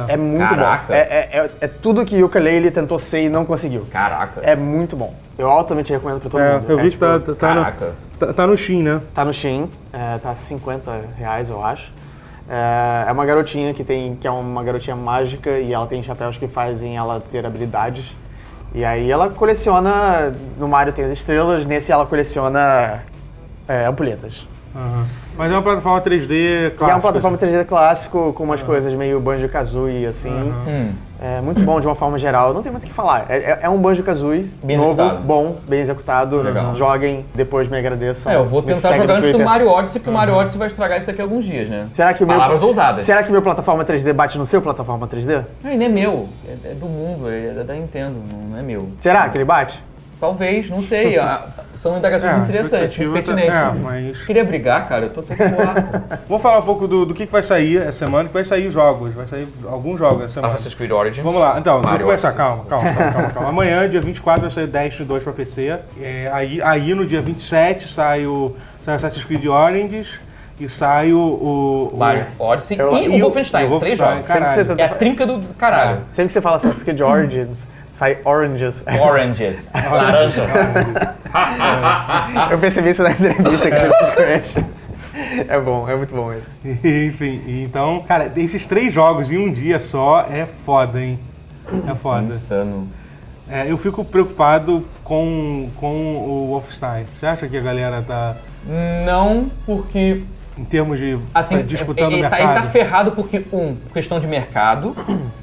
Speaker 3: É muito
Speaker 2: Caraca.
Speaker 3: bom. É, é, é, é tudo que Yuka Leile tentou ser e não conseguiu.
Speaker 2: Caraca.
Speaker 3: É muito bom. Eu altamente recomendo pra todo
Speaker 1: É,
Speaker 3: mundo.
Speaker 1: eu
Speaker 3: É,
Speaker 1: vi que
Speaker 3: tipo,
Speaker 1: tá, tá, tá
Speaker 2: caraca.
Speaker 1: no, tá, tá no Shin, né?
Speaker 3: Tá no Shein, é, tá 50 reais, eu acho. É, é uma garotinha que tem que é uma garotinha mágica e ela tem chapéus que fazem ela ter habilidades. E aí ela coleciona. No Mario tem as estrelas, nesse ela coleciona é, ampulhetas.
Speaker 1: Aham. Mas é uma plataforma 3D clássica. assim.
Speaker 3: E é uma plataforma 3D clássico com umas coisas meio Banjo Kazooie, assim.
Speaker 2: Hum.
Speaker 3: É muito bom de uma forma geral. Não tem muito o que falar. É, é- é um Banjo Kazooie
Speaker 2: Bem
Speaker 3: novo,
Speaker 2: executado.
Speaker 3: bom, bem executado.
Speaker 2: Legal.
Speaker 3: Joguem, depois me agradeçam.
Speaker 1: Tá.
Speaker 2: É, eu vou
Speaker 3: me
Speaker 2: tentar
Speaker 3: seguem no
Speaker 2: jogar antes do
Speaker 3: Twitter.
Speaker 2: Mario Odyssey, porque o Mario Odyssey vai estragar isso daqui alguns dias, né?
Speaker 3: Será que o meu.
Speaker 2: Palavras ousadas.
Speaker 3: Será que o meu plataforma 3D bate no seu plataforma 3D?
Speaker 2: Não, e não é meu. É, é do mundo, é, é da Nintendo, não, não é meu.
Speaker 3: Será que ele bate?
Speaker 2: Talvez, não sei. a- são indagações
Speaker 1: É,
Speaker 2: muito interessantes, muito
Speaker 1: expectativa tá-
Speaker 2: pertinentes.
Speaker 1: é, mas-
Speaker 2: Eu queria brigar, cara, eu tô todo boaça.
Speaker 1: Vamos falar um pouco do, do que, que vai sair essa semana, que vai sair jogos, vai sair alguns jogos essa semana.
Speaker 2: Assassin's Creed Origins.
Speaker 1: Vamos lá, então, deixa eu
Speaker 2: Mario
Speaker 1: começar,
Speaker 3: assim.
Speaker 2: Odyssey.
Speaker 1: calma, calma, calma, calma, calma. Amanhã, dia 24, vai sair Destiny 2 pra PC. É, aí, aí no dia 27 sai o sai o Assassin's Creed Origins e sai o. o, o
Speaker 2: Mario Odyssey
Speaker 3: Eu-
Speaker 2: e,
Speaker 1: e
Speaker 2: o Wolfenstein,
Speaker 1: e o
Speaker 2: três
Speaker 1: Wolfenstein,
Speaker 2: jogos.
Speaker 1: caralho.
Speaker 3: Sempre que você
Speaker 2: É a trinca do caralho.
Speaker 3: Sempre que você fala Assassin's Creed Origins, sai Oranges.
Speaker 1: Ah.
Speaker 2: Oranges, laranjas.
Speaker 3: tá Eu percebi isso na entrevista que você fez com ele. É bom, é muito bom isso.
Speaker 1: Enfim, então, cara, esses três jogos em um dia só é foda, hein? É foda.
Speaker 2: Insano.
Speaker 1: É, eu fico preocupado com, com o Wolfenstein. Você acha que a galera tá,
Speaker 2: Não porque
Speaker 1: em termos de
Speaker 2: assim,
Speaker 1: tá disputando
Speaker 2: ele,
Speaker 1: o
Speaker 2: ele tá,
Speaker 1: mercado?
Speaker 2: ele tá ferrado porque, um, por questão de mercado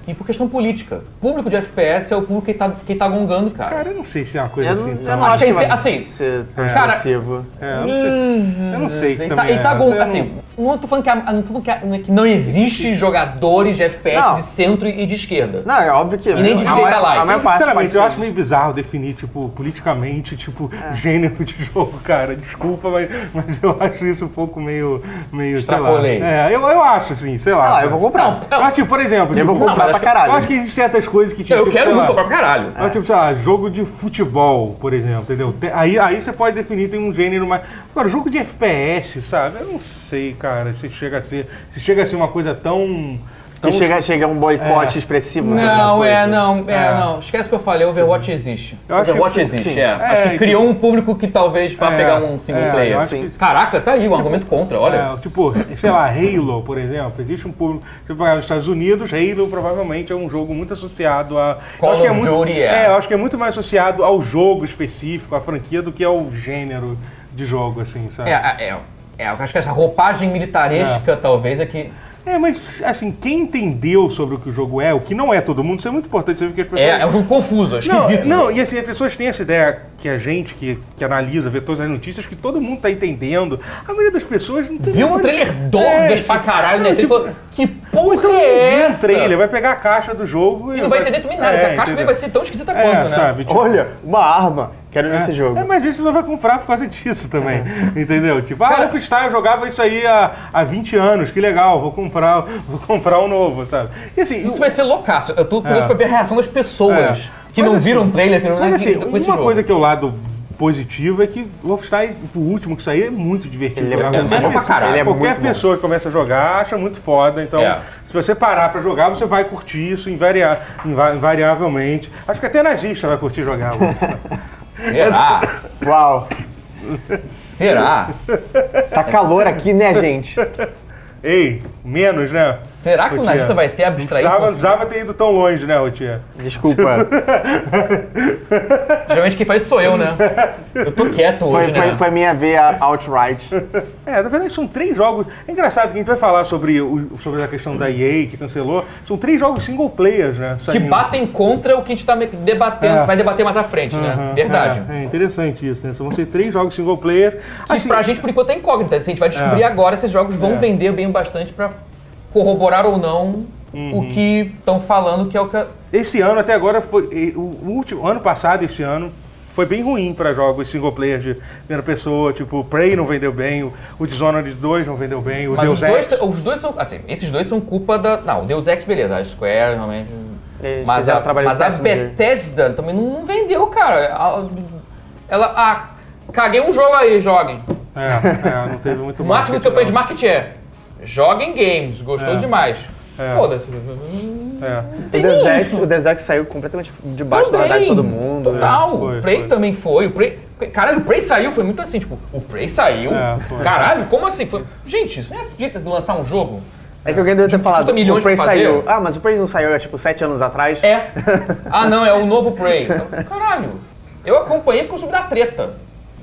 Speaker 2: e por questão política. O público de FPS é o público que tá, que tá gongando, cara.
Speaker 1: Cara, eu não sei se é uma coisa assim.
Speaker 3: eu
Speaker 1: tão-
Speaker 3: não acho que vai
Speaker 2: assim,
Speaker 3: ser tão
Speaker 2: cara,
Speaker 3: expressivo.
Speaker 1: É, eu não sei. Eu não sei que
Speaker 2: Ele tá,
Speaker 1: também
Speaker 2: ele tá
Speaker 1: é,
Speaker 2: gon-
Speaker 1: eu não-
Speaker 2: assim, não tô falando que, a- não, tô falando que, a- não é que não existe jogadores de FPS
Speaker 3: Não.
Speaker 2: de centro e de esquerda.
Speaker 3: Não, é óbvio que.
Speaker 2: E nem desliga
Speaker 3: a maior-
Speaker 2: a light.
Speaker 3: A maior parte pode
Speaker 1: Sinceramente,
Speaker 3: ser.
Speaker 1: eu acho meio bizarro definir, tipo, politicamente, tipo, gênero de jogo, cara. Desculpa, mas, mas eu acho isso um pouco meio, meio sei lá.
Speaker 2: Extrapolei.
Speaker 1: É, eu, eu acho, assim, sei lá.
Speaker 3: Ah, eu vou comprar.
Speaker 2: Não,
Speaker 1: Eu acho que, por exemplo,
Speaker 3: Eu vou
Speaker 1: tipo,
Speaker 2: Não, mas
Speaker 3: comprar
Speaker 2: acho
Speaker 3: pra
Speaker 1: eu
Speaker 2: que-
Speaker 1: acho
Speaker 3: caralho.
Speaker 1: que existem certas coisas que, tipo,
Speaker 2: Eu
Speaker 1: sei
Speaker 2: quero muito
Speaker 1: lá,
Speaker 2: comprar pra caralho.
Speaker 1: Mas, tipo, sei lá, jogo de futebol, por exemplo, entendeu? Tem- Aí, aí você pode definir, tem um gênero mais. Agora, jogo de FPS, sabe? Eu não sei, cara, se chega a ser. Se chega a ser uma coisa tão. Então,
Speaker 3: Que chega, chega um
Speaker 1: É.
Speaker 3: boicote expressivo. né,
Speaker 2: Não,
Speaker 3: na
Speaker 2: é,
Speaker 3: coisa.
Speaker 2: não, é, não. Esquece o que eu falei, Overwatch existe.
Speaker 1: Eu acho
Speaker 2: Overwatch
Speaker 1: que-
Speaker 2: existe,
Speaker 3: sim.
Speaker 2: é. Acho
Speaker 1: É,
Speaker 2: que
Speaker 1: e
Speaker 2: criou um público que talvez vá
Speaker 1: É,
Speaker 2: pegar um single
Speaker 1: é, eu
Speaker 2: player.
Speaker 1: acho que-
Speaker 2: Caraca, tá aí o argumento contra, olha.
Speaker 1: É, tipo, sei lá, Halo, por exemplo. Existe um público. Tipo, nos Estados Unidos, Halo provavelmente é um jogo muito associado a. eu
Speaker 2: Call
Speaker 1: acho que é
Speaker 2: of
Speaker 1: muito,
Speaker 2: Duty, é.
Speaker 1: é. eu acho que é muito mais associado ao jogo específico, à franquia, do que ao gênero de jogo, assim, sabe?
Speaker 2: É, é, é. é, eu acho que essa roupagem militaresca, talvez, é que.
Speaker 1: É, mas, assim, quem entendeu sobre o que o jogo é, o que não é todo mundo, isso é muito importante, sabe? Porque as pessoas.
Speaker 2: É, é um jogo confuso, é esquisito.
Speaker 1: Não, não, e assim, as pessoas têm essa ideia que a gente, que, que analisa, vê todas as notícias, que todo mundo tá entendendo. A maioria das pessoas não tem
Speaker 2: Viu um
Speaker 1: nenhuma-
Speaker 2: trailer
Speaker 1: É,
Speaker 2: doides pra
Speaker 1: tipo,
Speaker 2: caralho, né?
Speaker 1: não,
Speaker 2: Ele
Speaker 1: tipo,
Speaker 2: falou, que
Speaker 1: Ou
Speaker 2: porra
Speaker 1: então
Speaker 2: é
Speaker 1: é um
Speaker 2: essa?
Speaker 1: trailer, vai pegar a caixa do jogo e. É,
Speaker 2: E não vai É, entender também nada, porque a caixa também
Speaker 1: entendeu?
Speaker 2: vai ser tão esquisita
Speaker 1: É,
Speaker 2: quanto, né?
Speaker 1: sabe? tipo,
Speaker 3: Olha, uma arma. Quero ver
Speaker 1: é,
Speaker 3: esse jogo.
Speaker 1: É, mas às vezes a pessoa vai comprar por causa disso também. Entendeu? Tipo, ah,
Speaker 2: Cara-
Speaker 1: Wolfenstein, eu jogava isso aí há, há 20 anos, que legal, vou comprar, vou comprar um novo, sabe? E assim,
Speaker 2: Isso vai ser loucaço. Eu tô curioso
Speaker 1: É.
Speaker 2: pra ver a reação das pessoas
Speaker 1: É.
Speaker 2: que
Speaker 1: Mas
Speaker 2: não
Speaker 1: assim,
Speaker 2: viram o trailer, que não
Speaker 1: Mas assim,
Speaker 2: que- com
Speaker 1: uma
Speaker 2: esse jogo.
Speaker 1: coisa que é o lado positivo é que o Wolfenstein, o último que saiu, é muito divertido.
Speaker 3: Ele é
Speaker 1: jogar.
Speaker 3: muito
Speaker 1: Qualquer
Speaker 2: bom pra
Speaker 1: pessoa-
Speaker 2: caralho.
Speaker 3: Ele é
Speaker 1: Qualquer
Speaker 3: muito bom.
Speaker 1: pessoa que começa a jogar acha muito foda. Então,
Speaker 2: É.
Speaker 1: se você parar pra jogar, você vai curtir isso invaria- inva- invariavelmente. Acho que até nazista vai curtir jogar.
Speaker 2: Será?
Speaker 3: Uau.
Speaker 2: Será?
Speaker 3: Tá
Speaker 1: é.
Speaker 3: calor aqui, né, gente?
Speaker 1: Ei, menos, né?
Speaker 2: Será que o
Speaker 1: Rotier?
Speaker 2: nazista vai ter
Speaker 1: Não
Speaker 2: abstraído? assim?
Speaker 1: precisava, precisava ter ido tão longe, né, Rotier?
Speaker 3: Desculpa.
Speaker 2: Geralmente quem faz isso sou eu, né? Eu tô quieto hoje,
Speaker 3: Foi,
Speaker 2: né?
Speaker 3: foi, foi minha veia outright.
Speaker 1: É, na verdade são três jogos. É engraçado que a gente vai falar sobre, o- sobre a questão da EA que cancelou. São três jogos single players, né?
Speaker 2: Que
Speaker 1: saindo.
Speaker 2: batem contra o que a gente tá meio que debatendo,
Speaker 1: É.
Speaker 2: vai debater mais à frente, né?
Speaker 1: Aham,
Speaker 2: Verdade.
Speaker 1: É, é interessante isso, né? Só vão ser três jogos single player. Assim,
Speaker 2: Que pra gente, por enquanto, é incógnita. Assim, a gente vai descobrir agora se esses jogos vão
Speaker 1: É.
Speaker 2: vender bem o bastante pra corroborar ou não
Speaker 1: Uhum.
Speaker 2: o que estão falando, que é o que. a-
Speaker 1: Esse ano até agora foi. e, O último ano passado, esse ano, foi bem ruim para jogos single player de primeira pessoa. Tipo, o Prey não vendeu bem, o, o Dishonored 2 não vendeu bem, o
Speaker 2: Mas
Speaker 1: Deus
Speaker 2: os dois,
Speaker 1: Ex.
Speaker 2: os dois são. Assim, esses dois são culpa da. Não, o Deus Ex, beleza, a Square realmente.
Speaker 3: Eles
Speaker 2: Mas
Speaker 3: fizeram
Speaker 2: a,
Speaker 3: um trabalho
Speaker 2: mas a
Speaker 3: péssimo de-
Speaker 2: Bethesda também não não vendeu, cara. A- Ela. Ah, caguei um jogo aí, joguem.
Speaker 1: É, é, não teve muito
Speaker 2: O máximo que eu
Speaker 1: marketing,
Speaker 2: de marketing é. Joguem games, gostou
Speaker 1: É.
Speaker 2: demais.
Speaker 1: É.
Speaker 2: Foda-se.
Speaker 1: não. É.
Speaker 3: O
Speaker 2: Tem nem
Speaker 3: Desex,
Speaker 2: isso. Tá
Speaker 3: o Deus Ex saiu completamente debaixo do radar de todo mundo. né?
Speaker 2: Total.
Speaker 1: Foi,
Speaker 2: o Prey
Speaker 1: foi.
Speaker 2: também foi. O Prey... Caralho, o Prey saiu, foi muito assim, tipo, o Prey saiu?
Speaker 1: É, foi.
Speaker 2: Caralho, como assim? Foi- Gente, isso não é dito de lançar um jogo?
Speaker 3: É que alguém deve ter falado,
Speaker 2: milhões
Speaker 3: o Prey
Speaker 2: pra fazer.
Speaker 3: saiu. Ah, mas o Prey não saiu há tipo sete anos atrás?
Speaker 2: É. Ah, não, é o novo Prey. Então, Caralho. Eu acompanhei porque eu soube da treta.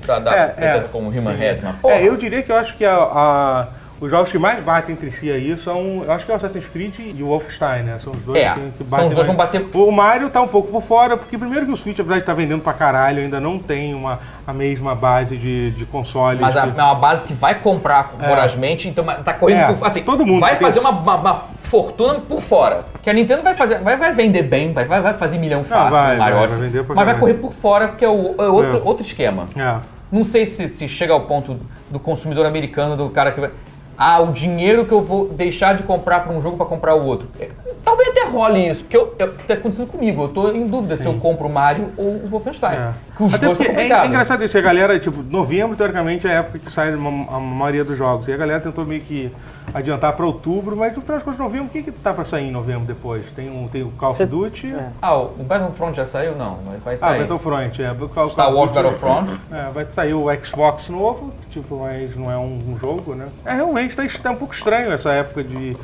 Speaker 2: Da, da
Speaker 1: É,
Speaker 2: treta
Speaker 1: é.
Speaker 2: com o Human Head, mas porra.
Speaker 1: É, eu diria que eu acho que a- a- os jogos que mais batem entre si aí são. Eu acho que é o Assassin's Creed e o Wolfenstein, né? São os dois
Speaker 2: É,
Speaker 1: que, que batem.
Speaker 2: são os dois que vão
Speaker 1: mais.
Speaker 2: bater-
Speaker 1: O Mario tá um pouco por fora, porque primeiro que o Switch, apesar de estar vendendo pra caralho, ainda não tem uma, a mesma base de, de consoles.
Speaker 2: Mas a-
Speaker 1: que-
Speaker 2: é uma base que vai comprar vorazmente, então mas tá correndo
Speaker 1: É,
Speaker 2: por assim.
Speaker 1: todo mundo
Speaker 2: vai
Speaker 1: tem
Speaker 2: fazer
Speaker 1: isso.
Speaker 2: uma, uma- uma fortuna por fora. Que a Nintendo vai fazer, vai, vai vender bem, vai, vai, vai fazer milhão fácil,
Speaker 1: Ah, vai,
Speaker 2: Mario
Speaker 1: vai,
Speaker 2: Odyssey,
Speaker 1: vai vender pra
Speaker 2: mas vai
Speaker 1: caralho.
Speaker 2: correr por fora, que é, o, é outro,
Speaker 1: É.
Speaker 2: outro esquema.
Speaker 1: É.
Speaker 2: Não sei se, se chega ao ponto do consumidor americano, do cara que vai. Ah, o dinheiro que eu vou deixar de comprar para um jogo para comprar o outro. É, Talvez até role isso, porque eu, é o que tá acontecendo comigo. Eu tô em dúvida se eu compro o Mario ou o Wolfenstein.
Speaker 1: É.
Speaker 2: Que os
Speaker 1: Até
Speaker 2: dois tá
Speaker 1: porque é,
Speaker 2: né? estão complicados.
Speaker 1: é engraçado isso, a galera, tipo, novembro, teoricamente, é a época que sai ma- a maioria dos jogos. E a galera tentou meio que adiantar pra outubro, mas no final das contas, novembro, o que, que tá pra sair em novembro depois? Tem, um, tem o Call of
Speaker 3: Cê-
Speaker 1: Duty.
Speaker 3: é.
Speaker 2: Ah, o Battlefront já saiu? Não, mas vai
Speaker 1: Ah,
Speaker 2: sair.
Speaker 1: Battlefront, é. Call- Call of
Speaker 2: Star Wars
Speaker 1: Duty-
Speaker 2: Battlefront.
Speaker 1: É, vai sair o Xbox novo, tipo, mas não é um, um jogo, né? É, realmente tá, tá um pouco estranho essa época de...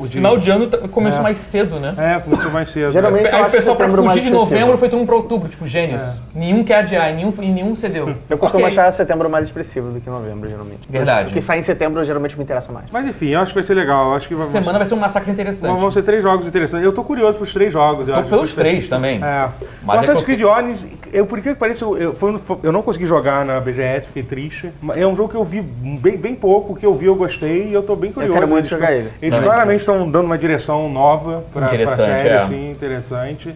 Speaker 2: Esse final de ano tá- começou mais cedo, né? É,
Speaker 1: É, começou mais cedo.
Speaker 3: Geralmente-
Speaker 1: né?
Speaker 3: Isso eu
Speaker 2: Aí o
Speaker 3: acho que
Speaker 2: pessoal, pra
Speaker 3: setembro
Speaker 2: fugir
Speaker 3: mais
Speaker 2: de
Speaker 3: esquecido.
Speaker 2: novembro, foi todo mundo pra outubro, tipo, gênios. Nenhum quer adiar, e nenhum, e nenhum cedeu.
Speaker 3: Eu costumo
Speaker 2: Ok.
Speaker 3: achar setembro mais expressivo do que novembro, geralmente.
Speaker 2: Verdade.
Speaker 3: O que sai em setembro geralmente me interessa mais.
Speaker 1: Mas enfim, eu acho que vai ser legal. Eu acho que vai,
Speaker 2: Essa semana vai ser um massacre interessante.
Speaker 1: vão, vão ser três jogos interessantes. Eu tô curioso pros três jogos, eu
Speaker 2: Ou
Speaker 1: acho.
Speaker 2: pelos três também.
Speaker 1: É.
Speaker 2: Mas
Speaker 1: O
Speaker 2: é
Speaker 1: Assassin's
Speaker 2: porque-
Speaker 1: Creed Odyssey, eu, por incrível que pareça, eu, eu, foi um- foi- eu não consegui jogar na BGS, fiquei triste. Mas É um jogo que eu vi bem, bem pouco, o que eu vi eu gostei e eu tô bem curioso.
Speaker 3: quero muito
Speaker 1: Eles tão-
Speaker 3: jogar ele.
Speaker 1: Eles
Speaker 2: Também.
Speaker 1: claramente estão dando uma direção nova pra, pra
Speaker 2: Interessante,
Speaker 1: série,
Speaker 2: é.
Speaker 1: assim, interessante.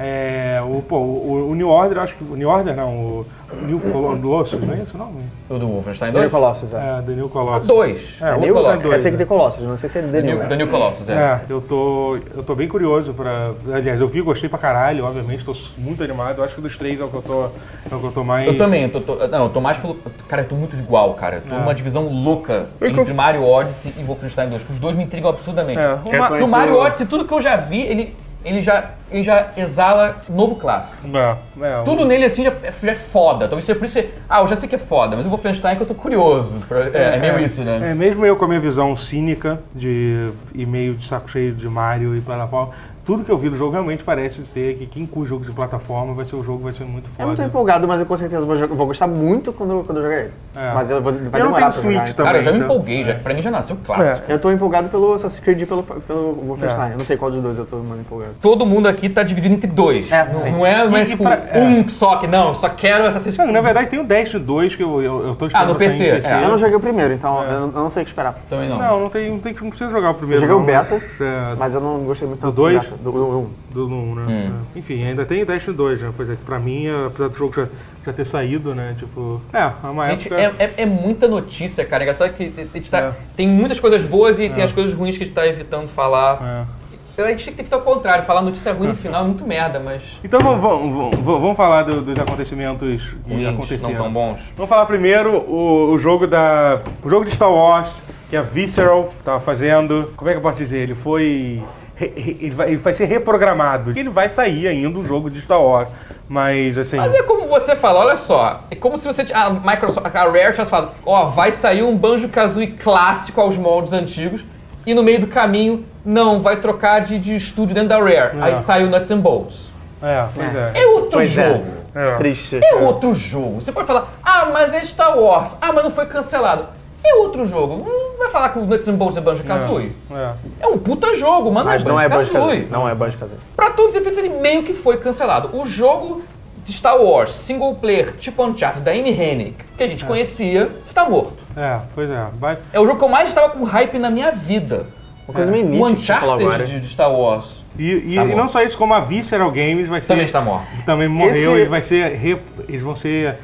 Speaker 1: É, o, pô, o, o New Order, acho que. O New Order não, o New Colossus, não é isso o nome?
Speaker 2: O do Wolfenstein
Speaker 3: The New
Speaker 2: 2?
Speaker 3: Colossus, é.
Speaker 1: É, The New Colossus.
Speaker 2: Dois.
Speaker 1: É, o
Speaker 2: The New
Speaker 1: outro tá
Speaker 2: Colossus.
Speaker 1: doido.
Speaker 3: Eu sei que tem Colossus, não sei se é
Speaker 2: The
Speaker 3: dele.
Speaker 2: New- The New Colossus, é.
Speaker 1: É, eu tô, eu tô bem curioso pra. Aliás, eu vi, gostei pra caralho, obviamente, tô muito animado. Eu acho que dos três é o que eu tô, é o que eu tô mais.
Speaker 2: Eu também, eu tô, tô- não, eu tô mais pelo. Cara, eu tô muito igual, cara. Eu tô
Speaker 1: É.
Speaker 2: numa divisão louca entre Mario Odyssey e Wolfenstein 2, que os dois me intrigam absurdamente.
Speaker 1: É, o
Speaker 3: É,
Speaker 1: Ma-
Speaker 3: tô
Speaker 2: No
Speaker 3: Mas
Speaker 2: Mario
Speaker 3: o-
Speaker 2: Odyssey, tudo que eu já vi, ele, ele, já, ele já exala novo clássico.
Speaker 1: É, é, o-
Speaker 2: Tudo nele assim já, é- já é foda. Talvez seja por isso que. Ah, eu já sei que é foda, mas eu vou Fenstein que eu tô curioso. pra- é, é meio isso, né?
Speaker 1: É, mesmo eu com a minha visão cínica de e meio de saco cheio de Mario e plataforma, tudo que eu vi do jogo realmente parece ser que quem curte jogo de plataforma vai ser o jogo, vai ser muito
Speaker 3: Eu não tô
Speaker 1: foda.
Speaker 3: empolgado, mas eu com certeza vou, jogar- vou gostar muito quando, quando eu jogar ele.
Speaker 1: É.
Speaker 3: Mas eu vou,
Speaker 1: Eu
Speaker 3: vai
Speaker 1: não
Speaker 3: demorar
Speaker 1: tenho
Speaker 3: pra
Speaker 1: Switch
Speaker 3: jogar. então.
Speaker 1: também.
Speaker 2: Cara, eu já me
Speaker 1: então.
Speaker 2: empolguei, já, pra mim já nasceu clássico.
Speaker 3: Eu tô empolgado pelo Assassin's Creed e pelo, pelo Wolfenstein.
Speaker 1: É.
Speaker 3: Eu não sei qual dos dois eu tô mais empolgado.
Speaker 2: Todo mundo aqui tá dividido entre dois.
Speaker 3: É,
Speaker 2: não,
Speaker 3: sim.
Speaker 2: não é, não é
Speaker 1: E- e
Speaker 2: tipo
Speaker 1: pra- é.
Speaker 2: um só que não, só quero Assassin's
Speaker 1: Não,
Speaker 2: Creed.
Speaker 1: na verdade tem o Destiny 2 que eu, eu, eu tô esperando.
Speaker 2: Ah, no
Speaker 1: pra sair em
Speaker 2: PC, é.
Speaker 3: Eu não joguei o primeiro, então
Speaker 1: É.
Speaker 3: eu, não- eu não sei o que esperar.
Speaker 2: Também não.
Speaker 1: Não, não tem, não tem não precisa jogar o primeiro.
Speaker 3: Eu joguei o
Speaker 1: não,
Speaker 3: beta,
Speaker 1: mas, é,
Speaker 3: Mas eu não gostei muito
Speaker 1: Do
Speaker 3: tanto
Speaker 1: dois?
Speaker 3: gráfico, Do 1. Um.
Speaker 1: do um, né?
Speaker 2: Hum.
Speaker 1: É. Enfim, ainda tem o Destiny 2, né? Pois é, que pra mim, é, apesar do jogo já, já ter saído, né? Tipo. É, é uma
Speaker 2: Gente,
Speaker 1: época.
Speaker 2: é, é- é muita notícia, cara. É engraçado que a gente tá-
Speaker 1: É.
Speaker 2: tem muitas coisas boas e tem as coisas ruins que a gente tá evitando falar.
Speaker 1: é.
Speaker 2: Eu, a gente tem que evitar o contrário, falar notícia ruim no final é muito merda, mas.
Speaker 1: Então vamos, vamos, vamos, vamos falar do- dos acontecimentos que
Speaker 2: Ruins, não
Speaker 1: aconteceram.
Speaker 2: tão bons.
Speaker 1: Vamos falar primeiro o, o jogo da. O jogo de Star Wars, que a Visceral tava fazendo. Como é que eu posso dizer? Ele foi. re- re- Ele vai, ele vai ser reprogramado. Ele vai sair ainda um jogo de Star Wars. Mas assim.
Speaker 2: Mas é como você fala, olha só. É como se você. t- A Microsoft, a Rare tivesse falado: ó, vai sair um Banjo Kazooie clássico aos moldes antigos. E no meio do caminho, não, vai trocar de, de estúdio dentro da Rare.
Speaker 1: É.
Speaker 2: Aí sai o Nuts and Bolts.
Speaker 1: É, pois é.
Speaker 2: É outro
Speaker 3: Pois
Speaker 2: jogo.
Speaker 1: É.
Speaker 3: é. Triste.
Speaker 2: É outro jogo. Você pode falar, ah, mas é Star Wars. Ah, mas não foi cancelado. É outro jogo. Não vai falar que o Nuts and Bolts é Banjo Kazooie.
Speaker 1: É.
Speaker 2: É. um puta jogo, mas,
Speaker 3: Mas não é Banjo
Speaker 2: Banjo-Kazooie.
Speaker 3: Kazooie. Não é Banjo Kazooie.
Speaker 2: Pra todos os efeitos, ele meio que foi cancelado. O jogo de Star Wars, single player, tipo Uncharted, da Amy Hennig, que
Speaker 3: É.
Speaker 2: a gente conhecia, que tá morto.
Speaker 1: É, pois é. Vai-
Speaker 2: É o jogo que eu mais estava com hype na minha vida.
Speaker 1: É.
Speaker 3: Uma coisa meio
Speaker 2: O
Speaker 3: nítida que você falou agora.
Speaker 2: Uncharted de, de Star Wars
Speaker 1: E, e-
Speaker 2: Tá
Speaker 1: e
Speaker 2: bom.
Speaker 1: não só isso, como a Visceral Games vai ser.
Speaker 2: também está morto.
Speaker 1: também morreu
Speaker 3: Esse-
Speaker 1: e vai ser re- eles vão ser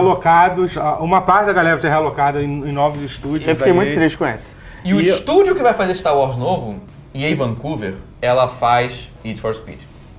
Speaker 1: realocados. a- Uma parte da galera vai ser realocada em, em novos estúdios.
Speaker 3: Eu fiquei
Speaker 1: da
Speaker 3: muito
Speaker 1: EA.
Speaker 3: triste com esse.
Speaker 2: E o
Speaker 1: E eu-
Speaker 2: estúdio que vai fazer Star Wars novo, EA Vancouver, ela faz Need for Speed.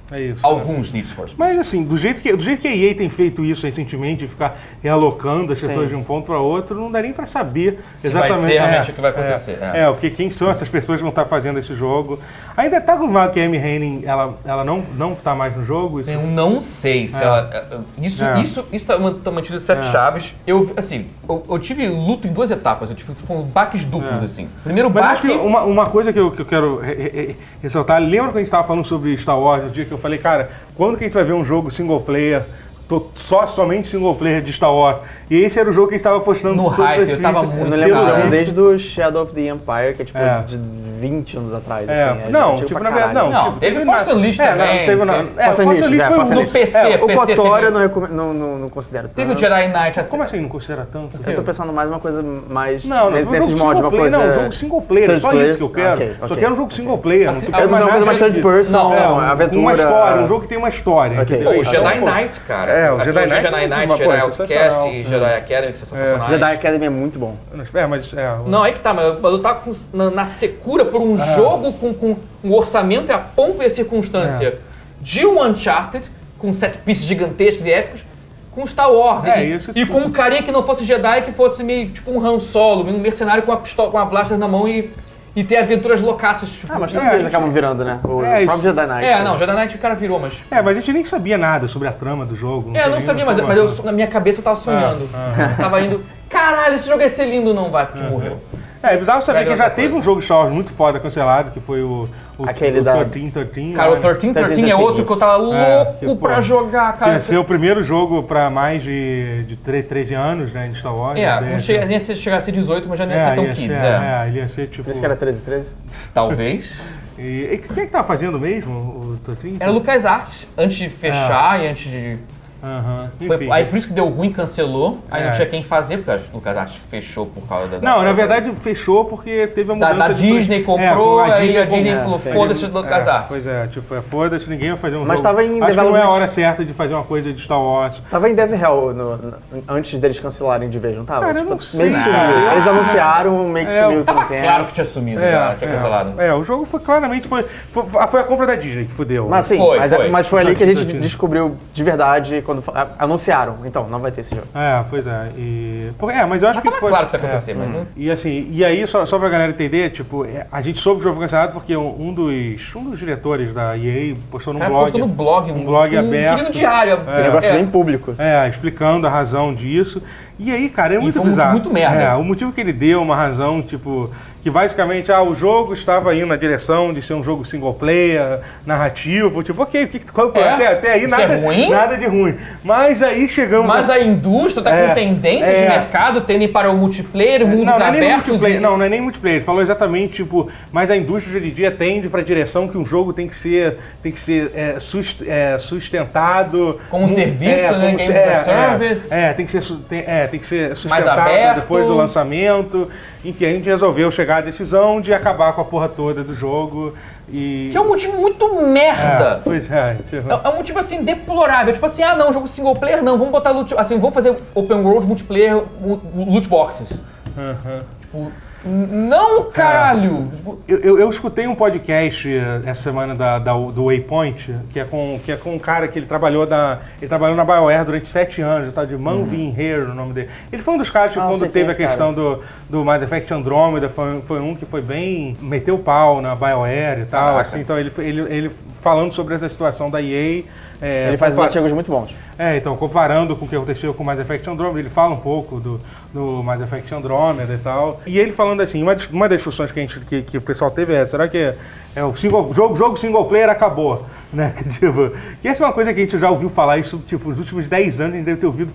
Speaker 1: É isso. né?
Speaker 2: Alguns Need for Speed.
Speaker 1: Mas assim, do jeito, que, do jeito que a EA tem feito isso recentemente, de ficar realocando as pessoas de um ponto para outro, não dá nem para saber
Speaker 2: vai
Speaker 1: exatamente
Speaker 2: ser realmente o que vai acontecer,
Speaker 1: É,
Speaker 2: é.
Speaker 1: é, o que, quem são essas pessoas que vão estar fazendo esse jogo. Ainda tá confirmado que a Amy Henning ela, ela não, não tá mais no jogo? Isso
Speaker 2: Eu um não sei se ela. é, é, Isso,
Speaker 1: É.
Speaker 2: isso, isso tá man- tá mantido em sete chaves. Eu, assim, eu, eu tive luto em duas etapas. Eu tive foram baques duplos, assim. Primeiro
Speaker 1: É. Mas acho
Speaker 2: baque.
Speaker 1: que uma, uma coisa que eu, que eu quero re- re- re- ressaltar, lembra quando a gente estava falando sobre Star Wars, o dia que eu falei, cara, quando que a gente vai ver um jogo single player, to- só, somente single player de Star Wars? E esse era o jogo que a gente estava postando
Speaker 2: No
Speaker 1: todas
Speaker 2: hype,
Speaker 1: as
Speaker 2: eu tava
Speaker 1: fichas,
Speaker 2: muito
Speaker 3: Eu
Speaker 1: pelo
Speaker 3: não lembro
Speaker 2: Cara,
Speaker 3: de um
Speaker 1: visto.
Speaker 3: desde o Shadow of the Empire, que é tipo
Speaker 1: É.
Speaker 3: de 20 anos atrás.
Speaker 1: É,
Speaker 3: assim, é
Speaker 1: não,
Speaker 3: antigo
Speaker 1: tipo,
Speaker 3: pra
Speaker 1: na verdade, não.
Speaker 3: caralho.
Speaker 2: Não,
Speaker 1: tipo,
Speaker 2: teve né? Force Unleashed
Speaker 1: é,
Speaker 2: também,
Speaker 1: Não, teve, não,
Speaker 2: teve-
Speaker 1: é,
Speaker 3: Force
Speaker 1: Force
Speaker 3: Unleashed,
Speaker 1: Unleashed
Speaker 3: é,
Speaker 1: foi
Speaker 3: Force
Speaker 1: um
Speaker 2: No
Speaker 1: do-
Speaker 3: Unleashed.
Speaker 2: PC,
Speaker 1: é,
Speaker 2: PC
Speaker 3: O Kotor
Speaker 2: teve, um-
Speaker 3: eu não, recome- não, não, não considero
Speaker 2: teve um o
Speaker 3: tanto.
Speaker 2: Jedi Knight.
Speaker 1: Como assim não considera tanto?
Speaker 3: Eu tô pensando mais uma coisa mais
Speaker 1: Não, não,
Speaker 3: nesse-
Speaker 1: um
Speaker 3: nesses
Speaker 1: jogo
Speaker 3: modos,
Speaker 1: single
Speaker 3: uma
Speaker 1: player,
Speaker 3: coisa...
Speaker 1: não, um jogo single player,
Speaker 3: Third
Speaker 1: só
Speaker 3: players?
Speaker 1: isso que eu quero.
Speaker 3: Ah, ok,
Speaker 1: Só
Speaker 3: ok.
Speaker 1: quero um jogo single player, não
Speaker 2: Ah,
Speaker 1: tô
Speaker 2: tem-
Speaker 1: querendo
Speaker 2: mas
Speaker 1: mais
Speaker 2: é uma
Speaker 1: nada
Speaker 3: coisa mais
Speaker 1: de-
Speaker 3: third person,
Speaker 1: é,
Speaker 3: não,
Speaker 1: um-
Speaker 3: aventura-
Speaker 1: Uma história, um jogo que tem uma história.
Speaker 3: Ok.
Speaker 1: entendeu?
Speaker 2: Pô, o
Speaker 1: Então,
Speaker 2: Jedi
Speaker 1: pô,
Speaker 2: Knight, cara.
Speaker 1: É, o
Speaker 2: A
Speaker 1: Jedi
Speaker 2: trilogia
Speaker 1: Knight é
Speaker 2: Jedi
Speaker 1: uma
Speaker 2: Knight,
Speaker 1: coisa
Speaker 2: Jedi Outcast
Speaker 1: sensacional.
Speaker 2: e Jedi Academy, que são sensacionais.
Speaker 3: Jedi Academy é muito bom.
Speaker 1: É, mas. É, o-
Speaker 2: Não, aí que tá, mas eu- mas eu tava com- na, na secura por um jogo com, com um orçamento e a pompa e a circunstância de um Uncharted, com set pieces gigantescos e épicos, com Star Wars.
Speaker 1: É,
Speaker 2: e,
Speaker 1: isso
Speaker 2: e com um carinha que não fosse Jedi, que fosse meio tipo um Han Solo, meio um mercenário com uma pistola, com uma blaster na mão e, e ter aventuras loucaças. tipo-
Speaker 3: Ah,
Speaker 1: É,
Speaker 3: mas todos eles
Speaker 1: gente.
Speaker 3: acabam virando, né? O
Speaker 1: É, isso-
Speaker 3: próprio Jedi Knight.
Speaker 2: É, não, Jedi Knight o cara virou, mas...
Speaker 1: É, mas a gente nem sabia nada sobre a trama do jogo.
Speaker 2: É, eu
Speaker 1: tem
Speaker 2: não
Speaker 1: nem-
Speaker 2: sabia, mas,
Speaker 1: tinha
Speaker 2: mas eu,
Speaker 1: noção.
Speaker 2: na minha cabeça eu tava sonhando. Eu tava indo, caralho, esse jogo ia ser lindo, não vai, porque morreu.
Speaker 1: É, é bizarro saber
Speaker 2: Era
Speaker 1: que já
Speaker 2: outra
Speaker 1: teve
Speaker 2: coisa.
Speaker 1: um jogo de Star Wars muito foda cancelado, que foi o, o,
Speaker 3: Aquele
Speaker 1: o
Speaker 3: da-
Speaker 1: 13, 13.
Speaker 2: Cara,
Speaker 1: né?
Speaker 2: o 13, 13 é
Speaker 3: 13,
Speaker 2: outro que eu tava
Speaker 1: É,
Speaker 2: louco
Speaker 1: que, pô,
Speaker 2: pra jogar,
Speaker 1: Que
Speaker 2: cara.
Speaker 1: ia ser o primeiro jogo pra mais de, de tre- 13 anos, né, de Star Wars.
Speaker 2: É,
Speaker 1: né,
Speaker 2: não chega, nem ia ser- chegar a ser 18, mas já não ia ser
Speaker 1: É,
Speaker 2: tão
Speaker 1: ia ser,
Speaker 2: 15, é.
Speaker 1: é, ele ia ser tipo.
Speaker 3: Por isso que era 13, 13.
Speaker 2: Talvez.
Speaker 1: E, e quem é que tava fazendo mesmo o 13?
Speaker 2: Era LucasArts, antes de fechar e antes de...
Speaker 1: Aham. Ah.
Speaker 2: Foi-
Speaker 1: Enfim.
Speaker 2: aí por isso que deu ruim, cancelou. Aí
Speaker 1: É.
Speaker 2: não tinha quem fazer, porque acho- no caso acho que fechou por causa da.
Speaker 1: Não,
Speaker 2: da-
Speaker 1: na verdade fechou porque teve a
Speaker 2: Da,
Speaker 1: mudança
Speaker 2: da
Speaker 1: de-
Speaker 2: Disney
Speaker 1: É,
Speaker 2: comprou, aí a
Speaker 1: comprou.
Speaker 2: Disney
Speaker 3: é,
Speaker 2: falou:
Speaker 3: sim.
Speaker 2: foda-se o Lucas
Speaker 1: É,
Speaker 2: Arts.
Speaker 1: Pois é, tipo, é foda-se, ninguém vai fazer um
Speaker 3: Mas
Speaker 1: jogo.
Speaker 3: tava em
Speaker 1: Acho que não é a
Speaker 3: development.
Speaker 1: hora certa de fazer uma coisa de Star Wars.
Speaker 3: Tava em Dev Hell no- no- antes deles cancelarem de vez, não tava?
Speaker 1: Cara, eu
Speaker 3: Tipo,
Speaker 1: não sei.
Speaker 3: meio que sumiu.
Speaker 1: Ah.
Speaker 3: Eles anunciaram, meio que
Speaker 1: É,
Speaker 3: sumiu com
Speaker 2: Tava
Speaker 3: o tempo.
Speaker 2: claro que tinha sumido, cara, tinha cancelado.
Speaker 1: é, o jogo foi claramente foi, foi, ah, foi a compra da Disney que fudeu.
Speaker 3: Mas sim,
Speaker 2: Foi,
Speaker 3: mas,
Speaker 2: foi.
Speaker 3: É, mas foi ali que a gente
Speaker 1: Divertido.
Speaker 3: descobriu de verdade quando fa- a- anunciaram. Então, não vai ter esse jogo.
Speaker 1: É, pois é. E... porque- é, mas eu acho
Speaker 2: Mas
Speaker 1: que
Speaker 2: tava
Speaker 1: foi.
Speaker 2: claro que isso
Speaker 1: é.
Speaker 2: ia acontecer, mas não-
Speaker 1: E assim, e aí, só, só pra galera entender, tipo, é, a gente soube que o jogo foi cancelado porque um um dos, um dos diretores da EA postou num
Speaker 2: Cara,
Speaker 1: blog.
Speaker 2: postou no blog,
Speaker 1: um blog aberto.
Speaker 2: querido diário. é,
Speaker 3: O um negócio bem público.
Speaker 1: É, explicando a razão disso. E aí, cara, é muito
Speaker 2: foi um
Speaker 1: bizarro.
Speaker 2: motivo muito merda.
Speaker 1: É, o motivo que ele deu, uma razão, tipo, que basicamente, ah, o jogo estava indo na direção de ser um jogo single player, narrativo, tipo, ok, o que, que qual foi?
Speaker 2: É?
Speaker 1: Até, até aí
Speaker 2: Isso
Speaker 1: nada,
Speaker 2: é ruim?
Speaker 1: nada de ruim. Mas aí chegamos
Speaker 2: Mas
Speaker 1: a...
Speaker 2: a indústria tá
Speaker 1: É,
Speaker 2: com tendências
Speaker 1: é.
Speaker 2: de mercado, tendem para o multiplayer, mundos
Speaker 1: Não, não é nem
Speaker 2: abertos.
Speaker 1: multiplayer.
Speaker 2: e-
Speaker 1: Não, não é nem multiplayer. Ele falou exatamente, tipo, mas a indústria hoje em dia tende pra direção que um jogo tem que ser, tem que ser é, sust- é, sustentado.
Speaker 2: Como
Speaker 1: um-
Speaker 2: serviço, né?
Speaker 1: como-
Speaker 2: Games as a service.
Speaker 1: É, tem que ser, su- tem- é, tem que ser sustentado né,
Speaker 2: aberto.
Speaker 1: depois do lançamento. Enfim, a gente resolveu chegar à decisão de acabar com a porra toda do jogo. E.
Speaker 2: Que é um motivo muito
Speaker 1: é,
Speaker 2: merda.
Speaker 1: Pois é. tipo-
Speaker 2: É é um motivo assim deplorável. Tipo assim, ah não, jogo single player não, vamos botar loot. Assim, vamos fazer open world multiplayer mu- loot boxes. Tipo, n-
Speaker 1: É.
Speaker 2: não, caralho! Tipo,
Speaker 1: Eu, eu- eu escutei um podcast eh, essa semana da, da- do Waypoint, que é, com, que é com um cara que ele trabalhou na, ele trabalhou na BioWare durante sete anos, o tal de Manvin Hare, o nome dele. Ele foi um dos caras que,
Speaker 3: Uhum. Ah, eu
Speaker 1: quando
Speaker 3: sei quem
Speaker 1: teve a
Speaker 3: é esse cara.
Speaker 1: questão do, do Mass Effect Andromeda, foi, foi um que foi bem. meteu o pau na BioWare e tal.
Speaker 2: Caraca.
Speaker 1: assim. então, ele, foi- ele, ele falando sobre essa situação da EA. eh,
Speaker 3: Ele faz uns
Speaker 1: compa-
Speaker 3: artigos muito bons.
Speaker 1: é, então, comparando com o que aconteceu com o Mass Effect Andromeda, ele fala um pouco do, do Mass Effect Andromeda e tal. E ele falando assim, uma, dis- uma das discussões que, a gente, que, que o pessoal teve é, será que é o single, jogo, jogo single player acabou? Né? Que, tipo, que essa é uma coisa que a gente já ouviu falar isso, tipo, nos últimos 10 anos a gente deve ter ouvido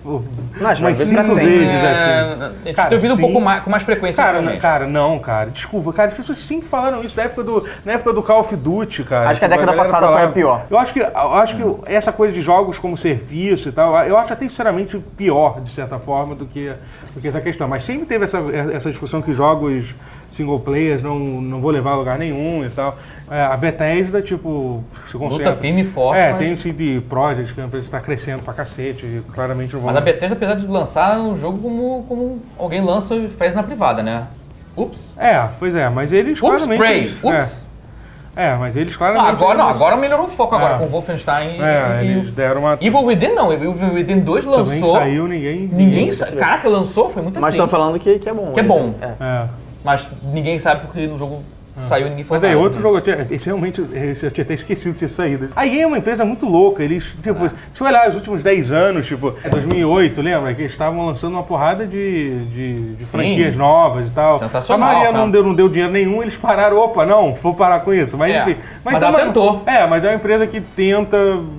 Speaker 3: Não, acho que vai
Speaker 1: umas
Speaker 3: ver pra
Speaker 1: 5
Speaker 3: sempre.
Speaker 1: vezes,
Speaker 2: é,
Speaker 1: assim.
Speaker 2: a gente
Speaker 1: Cara,
Speaker 2: tem ouvido um
Speaker 1: sim.
Speaker 2: pouco mais, com mais
Speaker 3: É,
Speaker 2: frequência
Speaker 1: Cara,
Speaker 2: também.
Speaker 1: não, cara, não, cara. Desculpa, cara. As pessoas sempre falaram isso na época do, na época do Call of Duty, cara.
Speaker 3: Acho que a
Speaker 1: Tipo,
Speaker 3: década
Speaker 1: galera
Speaker 3: passada foi a pior.
Speaker 1: Eu acho que, eu acho que essa coisa de jogos como serviço e tal, eu acho até sinceramente pior, de certa forma, do que, do que essa questão. Mas sempre teve essa, essa discussão que jogos single players não, não vou levar a lugar nenhum e tal. É, a Bethesda, tipo, se concentra.
Speaker 2: firme e forte,
Speaker 1: É,
Speaker 2: mas-
Speaker 1: tem o CD Projekt, que a empresa está crescendo pra cacete, e claramente não vão.
Speaker 2: Mas a Bethesda, apesar de lançar um jogo como, como alguém lança e faz na privada, né? Ups.
Speaker 1: É, pois é, mas eles
Speaker 2: Ups,
Speaker 1: claramente.
Speaker 2: Prey.
Speaker 1: eles- é.
Speaker 2: Ups.
Speaker 1: É, mas eles
Speaker 2: Não,
Speaker 1: claramente.
Speaker 2: Ah, agora não,
Speaker 1: eles-
Speaker 2: agora melhorou o foco agora
Speaker 1: É.
Speaker 2: com Wolfenstein e,
Speaker 1: É,
Speaker 2: e-
Speaker 1: eles deram uma.
Speaker 2: Evil Within não, Evil Within 2
Speaker 1: Também
Speaker 2: lançou.
Speaker 1: saiu, ninguém.
Speaker 2: Ninguém sabe.
Speaker 3: percebeu.
Speaker 2: Caraca, lançou, foi muito
Speaker 3: Mas
Speaker 2: assim.
Speaker 3: estão falando que, que é bom.
Speaker 2: Que é bom.
Speaker 3: É.
Speaker 1: É.
Speaker 2: Mas ninguém sabe porque no jogo saiu e ninguém foi.
Speaker 1: Ah. Mas aí, outro jogo, eu tinha- esse realmente, esse eu tinha até esquecido de ter saído. A EA é uma empresa muito louca, eles,
Speaker 2: É.
Speaker 1: tipo, se olhar os últimos 10 anos, tipo, é 2008, lembra? Que eles estavam lançando uma porrada de, de, de
Speaker 2: Sim.
Speaker 1: franquias novas e tal.
Speaker 2: Sensacional,
Speaker 1: A maioria não
Speaker 2: cara.
Speaker 1: deu, não deu dinheiro nenhum, eles pararam, opa, não, vou parar com isso. Mas,
Speaker 2: É,
Speaker 1: enfim,
Speaker 2: mas
Speaker 1: é
Speaker 2: ela
Speaker 1: uma-
Speaker 2: tentou.
Speaker 1: É, mas é uma empresa que tenta...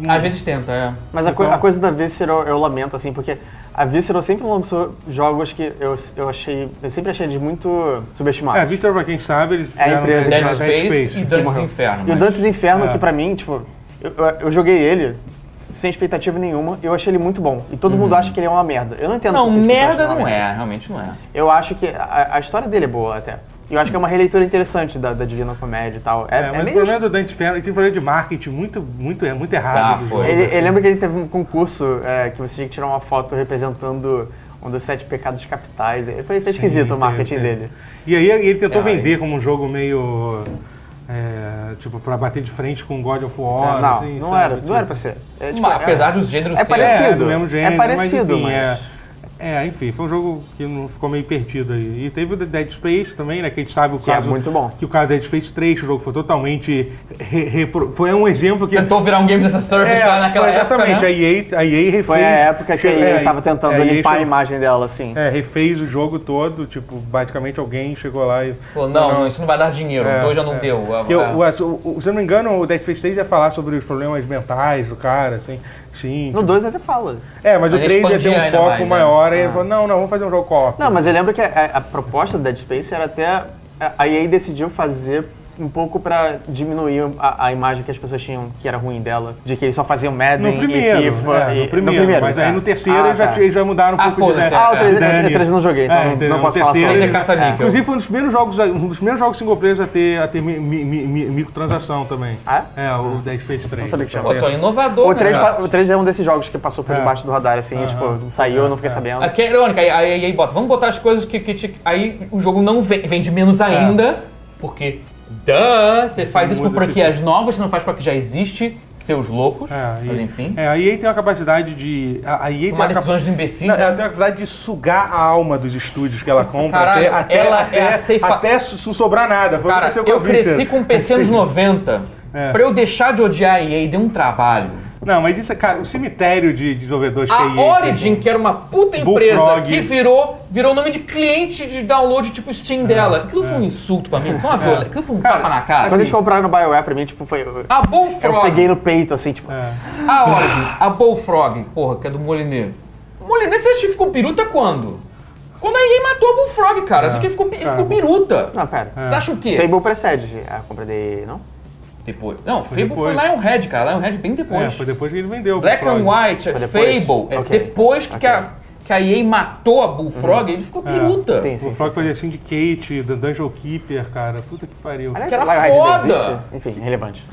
Speaker 2: Às vezes tenta, é.
Speaker 3: Mas a, coi-
Speaker 1: Então-
Speaker 3: a coisa da Visceral eu lamento, assim, porque a Visceral sempre lançou jogos que eu, eu achei. Eu sempre achei eles muito subestimados.
Speaker 1: É, a Victor, pra quem sabe, eles
Speaker 3: É
Speaker 1: fizeram
Speaker 3: a empresa
Speaker 1: Dead
Speaker 2: Dead Space, e Dantes
Speaker 3: morreu.
Speaker 2: Inferno.
Speaker 3: E o
Speaker 2: mas-
Speaker 3: Dantes Inferno,
Speaker 1: É.
Speaker 3: que pra mim, tipo, eu, eu- eu joguei ele sem expectativa nenhuma e eu achei ele muito bom. E todo
Speaker 1: Uhum.
Speaker 3: mundo acha que ele é uma merda. Eu não entendo
Speaker 2: Não,
Speaker 3: por que que as pessoas
Speaker 2: merda
Speaker 3: acham uma
Speaker 2: não
Speaker 3: merda.
Speaker 2: é, realmente não é.
Speaker 3: Eu acho que a, a história dele é boa até. E eu acho que é uma releitura interessante da, da Divina Comédia e tal. É,
Speaker 1: É,
Speaker 3: é
Speaker 1: mas o
Speaker 3: meio.
Speaker 1: problema do Dante Ferro, ele tem um problema de marketing muito, muito, é muito errado.
Speaker 2: Tá,
Speaker 1: do
Speaker 2: foi.
Speaker 1: jogo.
Speaker 3: Ele, ele lembra que ele teve um concurso é, que você tinha que tirar uma foto representando um dos sete pecados capitais. Foi, foi esquisito o
Speaker 1: teve,
Speaker 3: marketing
Speaker 1: teve.
Speaker 3: dele.
Speaker 1: E aí ele tentou
Speaker 2: É,
Speaker 1: vender
Speaker 2: aí-
Speaker 1: como um jogo meio. é, tipo, pra bater de frente com God of War.
Speaker 3: É, não,
Speaker 1: assim,
Speaker 3: não
Speaker 1: sabe?
Speaker 3: era,
Speaker 1: Tipo,
Speaker 3: não era pra ser. É, tipo,
Speaker 2: Mas
Speaker 3: é-
Speaker 2: apesar dos gêneros
Speaker 3: é
Speaker 2: serem-
Speaker 1: É,
Speaker 3: parecido.
Speaker 1: do mesmo
Speaker 3: É
Speaker 1: gênero.
Speaker 3: parecido,
Speaker 1: mas. enfim,
Speaker 3: mas-
Speaker 1: É, é, enfim, foi um jogo que não ficou meio perdido aí. E teve o Dead Space também, né? Que a gente sabe o
Speaker 3: é
Speaker 1: caso.
Speaker 3: muito bom.
Speaker 1: Que o caso Dead Space 3, o jogo foi totalmente. re- repro- foi um exemplo que.
Speaker 2: Tentou virar um Games as a Service lá naquela
Speaker 1: É, foi exatamente,
Speaker 2: época, né?
Speaker 1: a EA, a EA refez.
Speaker 3: Foi a época que
Speaker 1: che-
Speaker 3: ele
Speaker 1: é,
Speaker 3: tava tentando
Speaker 1: é, EA
Speaker 3: limpar a
Speaker 1: chegou-
Speaker 3: imagem dela, assim.
Speaker 1: É, refez o jogo todo, tipo, basicamente alguém chegou lá e.
Speaker 2: Falou, não, não, isso não vai dar dinheiro, o 2 já não deu.
Speaker 1: Porque
Speaker 2: é,
Speaker 1: o-
Speaker 2: é.
Speaker 1: o- o- o- se eu não me engano, o Dead Space 3 ia falar sobre os problemas mentais do cara, assim. Sim.
Speaker 3: No
Speaker 1: tipo-
Speaker 3: 2 até fala.
Speaker 1: é, mas,
Speaker 2: Mas
Speaker 1: o 3 ia ter
Speaker 2: expandia
Speaker 1: um
Speaker 2: ainda
Speaker 1: foco
Speaker 2: mais, né?
Speaker 1: maior,
Speaker 3: Ah.
Speaker 1: aí ele falou, não, não, vamos fazer um jogo co-op.
Speaker 3: é, Não, mas eu lembro que a, a proposta do Dead Space era até. a- A EA decidiu fazer um pouco pra diminuir a, a imagem que as pessoas tinham que era ruim dela, de que eles só faziam Madden
Speaker 1: No primeiro,
Speaker 3: e FIFA.
Speaker 1: é,
Speaker 3: e-
Speaker 1: no primeiro, mas aí
Speaker 3: tá.
Speaker 1: no terceiro
Speaker 3: Ah,
Speaker 1: eles, já,
Speaker 3: tá.
Speaker 1: eles já mudaram um
Speaker 2: Ah,
Speaker 1: pouco de
Speaker 2: foda-se,
Speaker 1: ideia.
Speaker 2: Ah, o
Speaker 3: três-
Speaker 1: de
Speaker 3: é,
Speaker 1: Dani.
Speaker 3: três eu não joguei, então não- não
Speaker 1: entendeu?
Speaker 3: posso
Speaker 1: No
Speaker 3: falar sobre
Speaker 1: terceiro
Speaker 2: isso.
Speaker 1: eles-
Speaker 2: Esse é caça-níquel.
Speaker 1: Inclusive foi um dos primeiros jogos, um dos primeiros jogos single players a ter, a ter mi, mi, mi- mi- microtransação também.
Speaker 3: Ah,
Speaker 1: É, o Dead Space 3.
Speaker 3: sabia que
Speaker 1: Então,
Speaker 3: chamava.
Speaker 2: Pô, só inovador,
Speaker 3: O
Speaker 2: né,
Speaker 3: 3,
Speaker 2: cara?
Speaker 3: pa- o 3 é um desses jogos que passou por
Speaker 1: É.
Speaker 3: debaixo do radar, assim, e, tipo, saiu, eu não fiquei sabendo.
Speaker 1: Ah.
Speaker 2: Aqui é irônica, aí, aí, aí bota, vamos botar as coisas que, que te- aí o jogo não vende, vende menos ainda, porque duh, você faz isso com
Speaker 1: É. Muda esse tipo.
Speaker 2: franquias novas, você não faz com a que já existe, seus loucos,
Speaker 1: É,
Speaker 2: mas
Speaker 1: e-
Speaker 2: enfim.
Speaker 1: é, a EA tem uma capacidade de. A a EA tem
Speaker 2: Tomar
Speaker 1: uma capa-
Speaker 2: decisões de imbecil.
Speaker 1: Não, é, ela tem a capacidade de sugar a alma dos estúdios que ela compra
Speaker 2: Caralho,
Speaker 1: até, até,
Speaker 2: ela
Speaker 1: até,
Speaker 2: é a safe-
Speaker 1: até su- su- sobrar nada. Foi o que
Speaker 2: Cara,
Speaker 1: aconteceu com a
Speaker 2: eu cresci
Speaker 1: Blizzard.
Speaker 2: com um PC nos 90.
Speaker 1: É.
Speaker 2: Pra eu deixar de odiar a EA, deu um trabalho.
Speaker 1: Não, mas isso é, cara, o cemitério de desenvolvedores que é
Speaker 2: A
Speaker 1: EA
Speaker 2: Origin, que era uma puta empresa
Speaker 1: Bullfrog.
Speaker 2: que virou, virou nome de cliente de download tipo Steam dela. Aquilo foi um insulto pra mim, aquilo foi uma violência, aquilo foi um
Speaker 1: É, Cara, assim,
Speaker 2: tapa na cara.
Speaker 3: Quando eles compraram no BioWare, pra mim, tipo, foi... Eu
Speaker 2: A Bullfrog.
Speaker 3: eu peguei no peito, assim, tipo...
Speaker 1: É.
Speaker 2: A Origin, a Bullfrog, porra, que é do Moliné. O Moliné, você acha que ficou piruta quando? Quando a EA matou a Bullfrog, cara.
Speaker 1: É.
Speaker 2: Isso aqui ficou, pi- ele ficou piruta.
Speaker 3: Não, pera.
Speaker 2: Você acha o quê?
Speaker 3: Fable precede Ah, a compra dele, não?
Speaker 2: Depois. Não, Fable foi
Speaker 1: depois.
Speaker 2: Lionhead, cara. Lionhead bem depois.
Speaker 1: É, foi depois que ele vendeu. o
Speaker 2: Black and
Speaker 1: Frog.
Speaker 2: White, é
Speaker 3: Foi
Speaker 2: Fable.
Speaker 3: depois?
Speaker 2: É
Speaker 3: Ok.
Speaker 2: depois que,
Speaker 3: Ok. Uhum.
Speaker 2: a, que a EA matou a Bullfrog, ele
Speaker 1: É.
Speaker 2: ficou piruta.
Speaker 3: Sim,
Speaker 1: O
Speaker 3: sim, sim.
Speaker 1: Frog
Speaker 3: sim.
Speaker 1: fazia Syndicate, The Dungeon Keeper, cara. Puta que pariu.
Speaker 3: Aliás,
Speaker 2: Que era
Speaker 3: Lionhead ainda
Speaker 2: foda.
Speaker 3: existe? Enfim, relevante.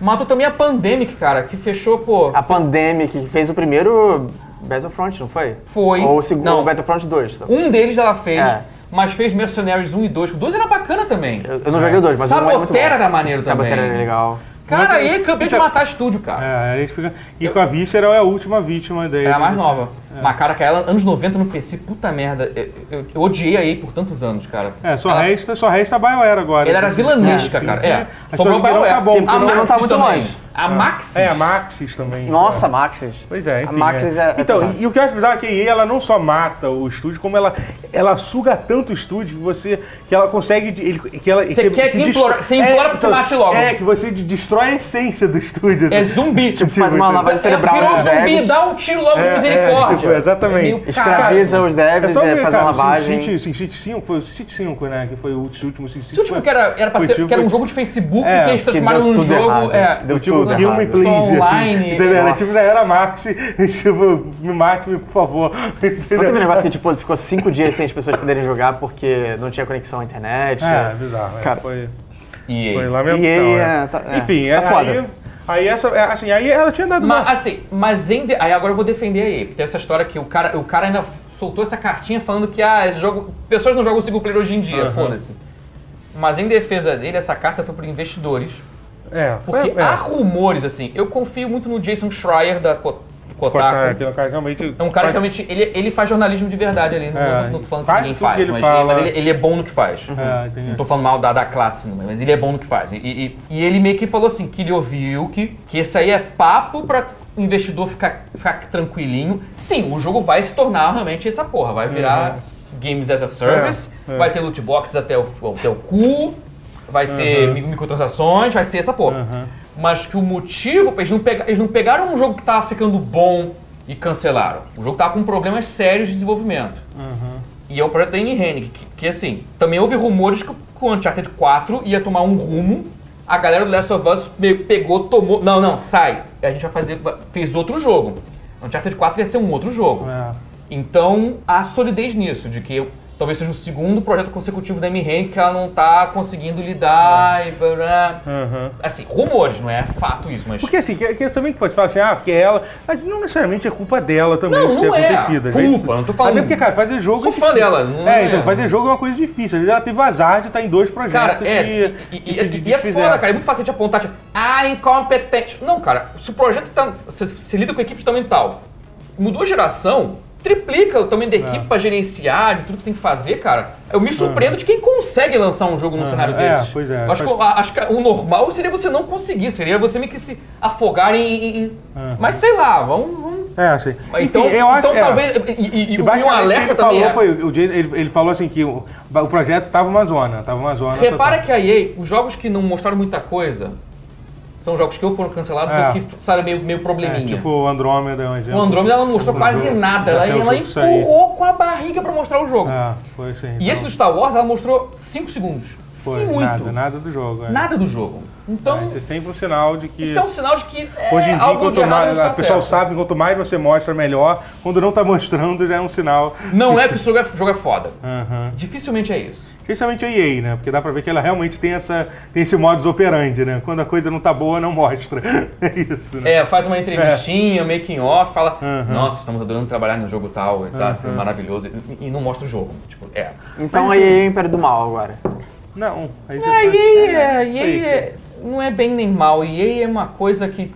Speaker 2: Matou também a Pandemic, cara, que fechou, pô.
Speaker 3: A Pandemic que fez o primeiro Battlefront, não foi?
Speaker 2: Foi.
Speaker 3: Ou o segundo,
Speaker 2: Não.
Speaker 3: ou Battlefront tá? 2. talvez.
Speaker 2: Um deles ela fez,
Speaker 3: É.
Speaker 2: mas fez Mercenaries 1 e 2. O 2 era bacana também.
Speaker 3: Eu, eu não joguei o 2, mas o 1 é muito bom.
Speaker 2: Sabotera era maneiro
Speaker 3: Sabotera
Speaker 2: também.
Speaker 3: era legal.
Speaker 2: Cara, a
Speaker 1: Muito-
Speaker 2: EA acabei
Speaker 1: Então-
Speaker 2: de matar estúdio, cara.
Speaker 1: É, aí eles ficam- E com a Visceral é a última vítima dele.
Speaker 2: Era a mais nova.
Speaker 1: É.
Speaker 2: Mas, cara, que ela, anos 90 no PC, puta merda. Eu, eu- eu odiei a EA por tantos anos, cara.
Speaker 1: É, só,
Speaker 2: ela,
Speaker 1: resta, só resta a BioWare agora.
Speaker 2: Ela era vilanesca,
Speaker 1: Sim,
Speaker 2: cara.
Speaker 1: sim.
Speaker 2: É.
Speaker 1: As
Speaker 2: Sobrou
Speaker 1: pessoas
Speaker 2: a
Speaker 1: viram,
Speaker 2: Bioware.
Speaker 1: Tá bom,
Speaker 2: a
Speaker 3: porque não tá
Speaker 2: Maxis
Speaker 3: muito
Speaker 2: também.
Speaker 3: longe.
Speaker 2: A Maxis.
Speaker 1: É, a Maxis também.
Speaker 3: Nossa, Maxis.
Speaker 1: Pois é, enfim.
Speaker 3: A Maxis é, é
Speaker 1: Então,
Speaker 3: pesado.
Speaker 1: e, e o que eu acho bizarro é que a EA, ela não só mata o estúdio, como ela, ela suga tanto o estúdio que você. que ela consegue. de- ele- que ela,
Speaker 2: Você quer que
Speaker 1: destrói-
Speaker 2: implora- você implora porque mate logo.
Speaker 1: É, que você de- destrói a essência do estúdio.
Speaker 2: É
Speaker 1: assim.
Speaker 2: zumbi.
Speaker 1: Tipo,
Speaker 3: Faz uma
Speaker 1: entendeu?
Speaker 3: lavagem cerebral
Speaker 2: é,
Speaker 3: é
Speaker 2: virou
Speaker 3: nos
Speaker 2: zumbi,
Speaker 3: devs,
Speaker 2: dá um tiro logo
Speaker 1: É,
Speaker 2: de
Speaker 1: é,
Speaker 2: misericórdia.
Speaker 1: tipo, exatamente.
Speaker 2: É meio
Speaker 3: escraviza
Speaker 2: caralho.
Speaker 3: os devs,
Speaker 1: só
Speaker 3: é,
Speaker 1: ver,
Speaker 3: faz
Speaker 1: cara,
Speaker 3: uma
Speaker 1: o
Speaker 3: lavagem.
Speaker 1: Sin City- Sin City 5, foi o Sin City 5, né? Que foi o último Sin City.
Speaker 2: Esse último que era, era pra
Speaker 1: Foi
Speaker 2: ser,
Speaker 1: tipo-
Speaker 2: que era um jogo de Facebook
Speaker 1: É,
Speaker 2: que eles
Speaker 1: que
Speaker 3: deu
Speaker 2: transformaram num
Speaker 3: tudo
Speaker 2: jogo.
Speaker 3: errado.
Speaker 2: É,
Speaker 3: Deu
Speaker 1: Tipo,
Speaker 3: tudo
Speaker 1: kill
Speaker 3: errado.
Speaker 1: me please,
Speaker 2: Só online, né?
Speaker 1: assim. Entendeu? Era
Speaker 3: nossa.
Speaker 1: Tipo, da era Max, tipo, me mate, me, por favor.
Speaker 3: Não teve um
Speaker 1: Entendeu?
Speaker 3: negócio que, tipo, ficou cinco dias sem as pessoas poderem jogar porque não tinha conexão à internet.
Speaker 1: É, bizarro. é,
Speaker 3: Cara,
Speaker 1: foi...
Speaker 2: E
Speaker 1: Foi
Speaker 2: aí?
Speaker 1: lamentável.
Speaker 3: E aí,
Speaker 1: é.
Speaker 3: é, tá- é,
Speaker 1: Enfim,
Speaker 3: tá
Speaker 1: é,
Speaker 3: foda.
Speaker 1: aí, aí essa, é, assim, aí ela tinha dado
Speaker 2: Mas,
Speaker 1: uma...
Speaker 2: assim, mas em de- aí agora eu vou defender aí. Tem essa história que o cara, o cara ainda soltou essa cartinha falando que ah, esse jogo, pessoas não jogam single player hoje em dia,
Speaker 1: Aham.
Speaker 2: foda-se. Mas em defesa dele, essa carta foi por investidores.
Speaker 1: É, foi...
Speaker 2: Porque
Speaker 1: é,
Speaker 2: há rumores, assim. Eu confio muito no Jason Schreier da Co-
Speaker 1: Kotaku,
Speaker 2: Kotaku.
Speaker 1: que é um cara que realmente...
Speaker 2: É um cara
Speaker 1: faz-
Speaker 2: que realmente. Ele, ele faz jornalismo de verdade ali, não,
Speaker 1: É,
Speaker 2: não tô falando que
Speaker 1: quase
Speaker 2: ninguém
Speaker 1: tudo
Speaker 2: faz,
Speaker 1: que ele
Speaker 2: mas,
Speaker 1: fala-
Speaker 2: mas ele, ele é bom no que faz.
Speaker 1: É, entendi.
Speaker 2: Não tô falando mal da, da classe, não, mas ele é bom no que faz. E, e- e ele meio que falou assim, que ele ouviu que, que esse aí é papo pra o investidor ficar, ficar tranquilinho. Sim, o jogo vai se tornar realmente essa porra. Vai virar s-
Speaker 1: Uhum.
Speaker 2: games as a service,
Speaker 1: É, é.
Speaker 2: vai ter loot boxes até o, até o cu, vai ser mi- microtransações, vai ser essa porra. Mas que o motivo, eles não, pega, eles não pegaram um jogo que tava ficando bom e cancelaram. O jogo tava com problemas sérios de desenvolvimento. E é o projeto da Amy Hennig, que, que, assim, também houve rumores que o- que o Uncharted 4 ia tomar um rumo. A galera do Last of Us meio que pegou, tomou. Não, não, sai. A gente vai fazer. vai- Fez outro jogo. Uncharted 4 ia ser um outro jogo.
Speaker 1: É.
Speaker 2: Então há solidez nisso, de que talvez seja o segundo projeto consecutivo da Amy Hennig que ela não tá conseguindo lidar e. blá, blá.
Speaker 1: Aham.
Speaker 2: Assim, rumores, não é fato isso, mas.
Speaker 1: Porque assim, que, que também que você fala assim, ah, porque ela. Mas não necessariamente é culpa dela também
Speaker 2: Não,
Speaker 1: isso ter
Speaker 2: não é
Speaker 1: acontecido. às
Speaker 2: culpa,
Speaker 1: vezes-
Speaker 2: não tô falando.
Speaker 1: Até porque, cara, fazer jogo.
Speaker 2: Sou
Speaker 1: é
Speaker 2: fã
Speaker 1: difícil.
Speaker 2: dela, não
Speaker 1: é,
Speaker 2: é.
Speaker 1: então, fazer jogo é uma coisa difícil. Às vezes ela teve azar de estar em dois projetos
Speaker 2: Cara, é,
Speaker 1: que,
Speaker 2: e, e,
Speaker 1: que
Speaker 2: e-
Speaker 1: se
Speaker 2: e é
Speaker 1: desfizeram.
Speaker 2: foda, cara. É muito fácil de apontar, tipo, ah, incompetente. Não, cara, se o projeto tá. Você você lida com equipe mental. Mudou a geração, triplica o tamanho da
Speaker 1: É.
Speaker 2: equipe pra gerenciar, de tudo que você tem que fazer, cara. Eu me surpreendo de quem consegue lançar um jogo num cenário
Speaker 1: é,
Speaker 2: desse.
Speaker 1: pois é,
Speaker 2: Acho,
Speaker 1: faz-
Speaker 2: que, a- acho que o normal seria você não conseguir, seria você meio que se afogar em. em- em- Mas sei lá, vamos. vamos-
Speaker 1: É, assim.
Speaker 2: Então,
Speaker 1: Enfim, eu acho
Speaker 2: então
Speaker 1: é.
Speaker 2: talvez. E, e- e- e um
Speaker 1: basicamente, o que
Speaker 2: alerta
Speaker 1: ele
Speaker 2: também.
Speaker 1: falou
Speaker 2: é-
Speaker 1: foi o Jay- ele, ele falou assim que o, o projeto tava uma zona, tava uma zona.
Speaker 2: Repara
Speaker 1: total.
Speaker 2: que a EA, os jogos que não mostraram muita coisa, são jogos que ou foram cancelados
Speaker 1: É.
Speaker 2: ou que saíram meio, meio
Speaker 1: é,
Speaker 2: probleminha.
Speaker 1: tipo o Andrômeda é um exemplo.
Speaker 2: o Andromeda ela não mostrou quase
Speaker 1: Andrômeda.
Speaker 2: nada,
Speaker 1: Até
Speaker 2: ela,
Speaker 1: o
Speaker 2: ela
Speaker 1: jogo sair.
Speaker 2: empurrou com a barriga pra mostrar o jogo.
Speaker 1: É, foi assim.
Speaker 2: E esse do Star Wars ela mostrou 5 segundos. Sim, muito.
Speaker 1: Nada, nada do jogo. é.
Speaker 2: Nada do jogo. Então,
Speaker 1: Isso é sempre um sinal de que.
Speaker 2: isso é um sinal de que é,
Speaker 1: Hoje em dia,
Speaker 2: algo de
Speaker 1: quanto
Speaker 2: errado não
Speaker 1: mais,
Speaker 2: está
Speaker 1: a pessoa
Speaker 2: certo.
Speaker 1: sabe, quanto mais você mostra, melhor. Quando não tá mostrando, já é um sinal.
Speaker 2: Não é que o jogo é, o jogo é foda.
Speaker 1: Aham.
Speaker 2: Dificilmente é isso.
Speaker 1: Principalmente a EA, né? Porque dá pra ver que ela realmente tem, essa, tem esse modus operandi, né? Quando a coisa não tá boa, não mostra. É isso, né?
Speaker 2: É, faz uma
Speaker 1: É.
Speaker 2: entrevistinha, making off, fala, nossa, estamos adorando trabalhar no jogo tal, e tá sendo maravilhoso, e, e não mostra o jogo. Tipo, é.
Speaker 3: Então aí é o Império do Mal agora.
Speaker 1: Não. Aí
Speaker 2: É, EA, é,
Speaker 1: isso aí.
Speaker 2: EA é- não é bem nem mal, EA é uma coisa que